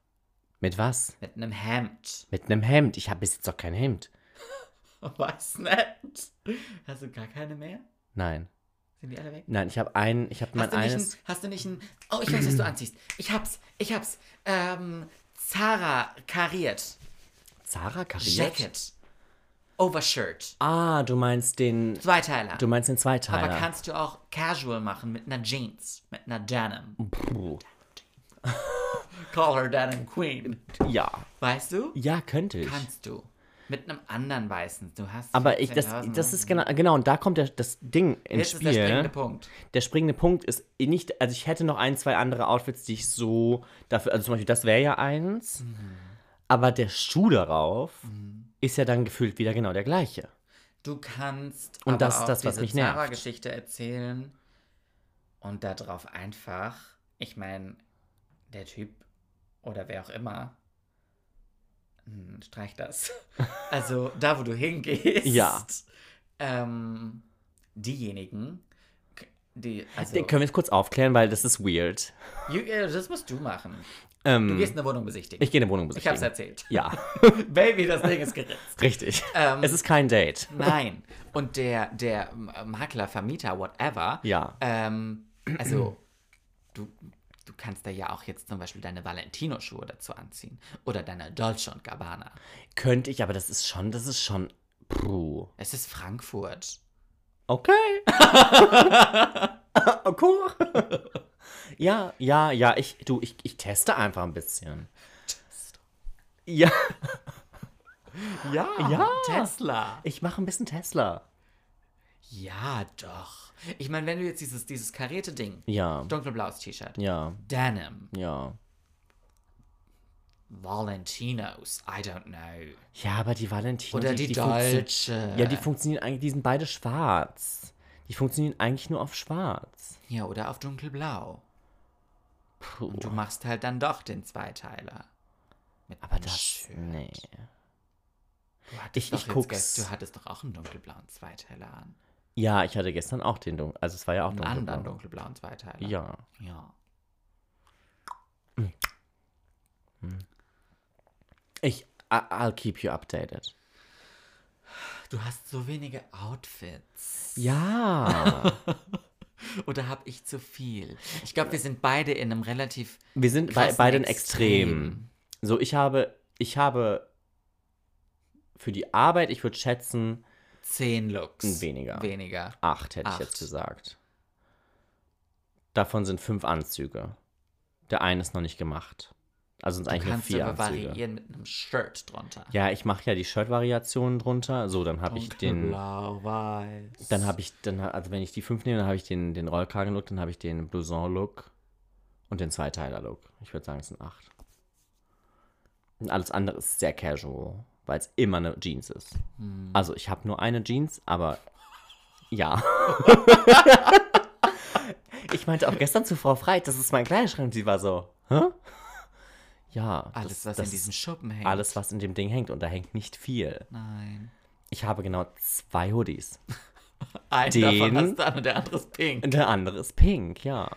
Speaker 4: Mit was?
Speaker 2: Mit einem Hemd.
Speaker 4: Mit einem Hemd. Ich habe bis jetzt doch kein Hemd.
Speaker 2: Weiß nicht. Hast du gar keine mehr?
Speaker 4: Nein.
Speaker 2: Sind die alle weg?
Speaker 4: Nein, ich habe einen, ich habe mein
Speaker 2: Hast du, nicht ein,
Speaker 4: eines.
Speaker 2: hast du nicht ein. Oh, ich weiß, was du anziehst. Ich hab's. Ich hab's. Ähm, Zara kariert.
Speaker 4: Zara Kariert?
Speaker 2: Jacket. Overshirt.
Speaker 4: Ah, du meinst den.
Speaker 2: Zweiteiler.
Speaker 4: Du meinst den Zweiteiler.
Speaker 2: Aber kannst du auch casual machen mit einer Jeans, mit einer Denim.
Speaker 4: Mm. Puh.
Speaker 2: Call her Denim Queen.
Speaker 4: Ja.
Speaker 2: Weißt du?
Speaker 4: Ja, könnte ich.
Speaker 2: Kannst du. Mit einem anderen weißen. Du hast.
Speaker 4: Aber ich, das,
Speaker 2: 14.000
Speaker 4: das ist genau, genau, und da kommt der, das Ding ins
Speaker 2: Jetzt
Speaker 4: Spiel.
Speaker 2: ist der springende Punkt.
Speaker 4: der springende Punkt ist nicht, also ich hätte noch ein, zwei andere Outfits, die ich so dafür, also zum Beispiel das wäre ja eins, aber der Schuh darauf ist ja dann gefühlt wieder genau der gleiche.
Speaker 2: Du kannst
Speaker 4: Und
Speaker 2: aber
Speaker 4: das ist
Speaker 2: auch
Speaker 4: das, was
Speaker 2: diese
Speaker 4: mich nervt.
Speaker 2: Zara-Geschichte erzählen und darauf einfach, ich meine, der Typ oder wer auch immer, hm, streich das. Also da, wo du hingehst,
Speaker 4: Ja.
Speaker 2: ähm, diejenigen, k- die, also,
Speaker 4: Den können wir jetzt kurz aufklären, weil das ist weird.
Speaker 2: you, äh, das musst du machen. Du
Speaker 4: Ähm,
Speaker 2: gehst eine Wohnung besichtigen.
Speaker 4: ich gehe in eine Wohnung
Speaker 2: ich hab's
Speaker 4: besichtigen.
Speaker 2: erzählt.
Speaker 4: Ja,
Speaker 2: Baby, das Ding ist geritzt.
Speaker 4: richtig.
Speaker 2: Ähm,
Speaker 4: es ist kein Date.
Speaker 2: Nein. Und der, der Makler, Vermieter, whatever,
Speaker 4: Ja.
Speaker 2: Ähm, also, du, du kannst da ja auch jetzt zum Beispiel deine Valentino-Schuhe dazu anziehen. Oder deine Dolce und Gabbana.
Speaker 4: Könnte ich, aber das ist schon, das ist schon, puh.
Speaker 2: Es ist Frankfurt.
Speaker 4: Okay. Oh, cool. ja, ja, ja, ich, du, ich, ich teste einfach ein bisschen. Ja,
Speaker 2: Ja,
Speaker 4: ja.
Speaker 2: Tesla.
Speaker 4: ich mache ein bisschen Tesla.
Speaker 2: Ja, doch. Ich meine, wenn du jetzt dieses, dieses karierte Ding,
Speaker 4: Ja,
Speaker 2: dunkelblaues T-Shirt,
Speaker 4: ja,
Speaker 2: Denim,
Speaker 4: ja.
Speaker 2: Valentinos, I don't know.
Speaker 4: Ja, aber die Valentino.
Speaker 2: Oder die,
Speaker 4: funktio-
Speaker 2: Dolce.
Speaker 4: Ja, die funktionieren eigentlich, die sind beide schwarz. Die funktionieren eigentlich nur auf schwarz.
Speaker 2: ja, oder auf dunkelblau.
Speaker 4: Puh.
Speaker 2: Und du machst halt dann doch den Zweiteiler. Mit
Speaker 4: aber
Speaker 2: einem
Speaker 4: das,
Speaker 2: Shirt.
Speaker 4: nee.
Speaker 2: Du hattest
Speaker 4: Ich-
Speaker 2: doch
Speaker 4: ich
Speaker 2: jetzt
Speaker 4: guck's.
Speaker 2: gest- Du hattest doch auch einen dunkelblauen Zweiteiler an.
Speaker 4: Ja, ich hatte gestern auch den Dunkel. Also es war ja auch
Speaker 2: Einen
Speaker 4: dunkelblau.
Speaker 2: anderen dunkelblauen Zweiteiler.
Speaker 4: Ja.
Speaker 2: Ja.
Speaker 4: Ich, I, I'll keep you updated.
Speaker 2: Du hast so wenige Outfits.
Speaker 4: Ja.
Speaker 2: Oder habe ich zu viel? Ich glaube, wir sind beide in einem relativ.
Speaker 4: Wir sind bei,
Speaker 2: Krassen
Speaker 4: bei den
Speaker 2: Extremen.
Speaker 4: Extremen. So, ich habe, ich habe für die Arbeit, ich würde schätzen,
Speaker 2: Zehn Looks.
Speaker 4: Weniger.
Speaker 2: Weniger.
Speaker 4: acht, hätte
Speaker 2: Acht.
Speaker 4: ich jetzt gesagt. Davon sind fünf Anzüge. Der eine ist noch nicht gemacht. Also sind
Speaker 2: Du
Speaker 4: eigentlich nur
Speaker 2: kannst
Speaker 4: vier
Speaker 2: aber
Speaker 4: Anzüge.
Speaker 2: variieren mit einem Shirt drunter.
Speaker 4: Ja, ich mache ja die Shirt-Variationen drunter. So, dann habe ich den.
Speaker 2: Dunkelblau, weiß.
Speaker 4: Dann habe ich, dann, ha- also wenn ich die fünf nehme, dann habe ich den, den Rollkragen-Look, dann habe ich den Blouson-Look und den Zweiteiler-Look. Ich würde sagen, es sind acht. Und alles andere ist sehr casual, weil es immer eine Jeans ist.
Speaker 2: Mhm.
Speaker 4: Also ich habe nur eine Jeans, aber ja. ich meinte auch gestern zu Frau Freit, das ist mein Kleiderschrank, sie war so, hä? Ja.
Speaker 2: Alles,
Speaker 4: das-
Speaker 2: was
Speaker 4: das
Speaker 2: in diesem
Speaker 4: ist
Speaker 2: Schuppen hängt.
Speaker 4: Alles, was in dem Ding hängt und da hängt nicht viel.
Speaker 2: Nein.
Speaker 4: Ich habe genau zwei Hoodies.
Speaker 2: Einen
Speaker 4: Den-
Speaker 2: davon hast du an und der andere ist pink.
Speaker 4: Der andere ist pink, ja.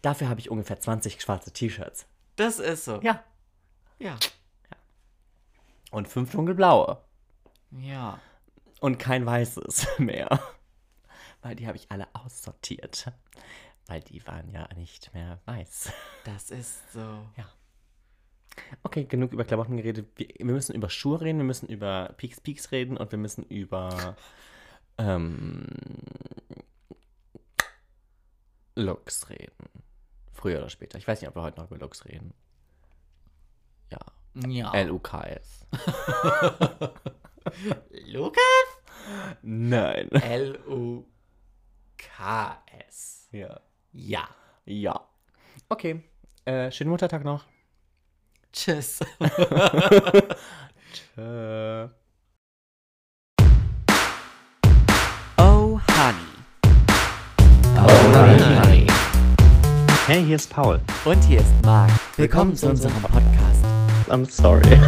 Speaker 4: Dafür habe ich ungefähr 20 schwarze T-Shirts.
Speaker 2: Das ist so.
Speaker 4: Ja.
Speaker 2: Ja.
Speaker 4: Und fünf dunkelblaue.
Speaker 2: Ja.
Speaker 4: Und kein weißes mehr. Weil die habe ich alle aussortiert. Weil die waren ja nicht mehr weiß.
Speaker 2: Das ist so.
Speaker 4: Okay, genug über Klamotten geredet. Wir, wir müssen über Schuhe reden, wir müssen über Peaks Peaks reden und wir müssen über ähm, Looks reden. Früher oder später. Ich weiß nicht, ob wir heute noch über Looks reden. Ja.
Speaker 2: Ja.
Speaker 4: Äh, L-U-K-S.
Speaker 2: Luca?
Speaker 4: Nein.
Speaker 2: L-U-K-S.
Speaker 4: Ja.
Speaker 2: Ja.
Speaker 4: Ja. Okay. Äh, schönen Muttertag noch.
Speaker 2: Tschüss.
Speaker 4: Äh.
Speaker 2: Oh, honey.
Speaker 3: Hey, here's Paul.
Speaker 1: Und hier ist Marc. Willkommen zu unserem Podcast.
Speaker 3: I'm sorry.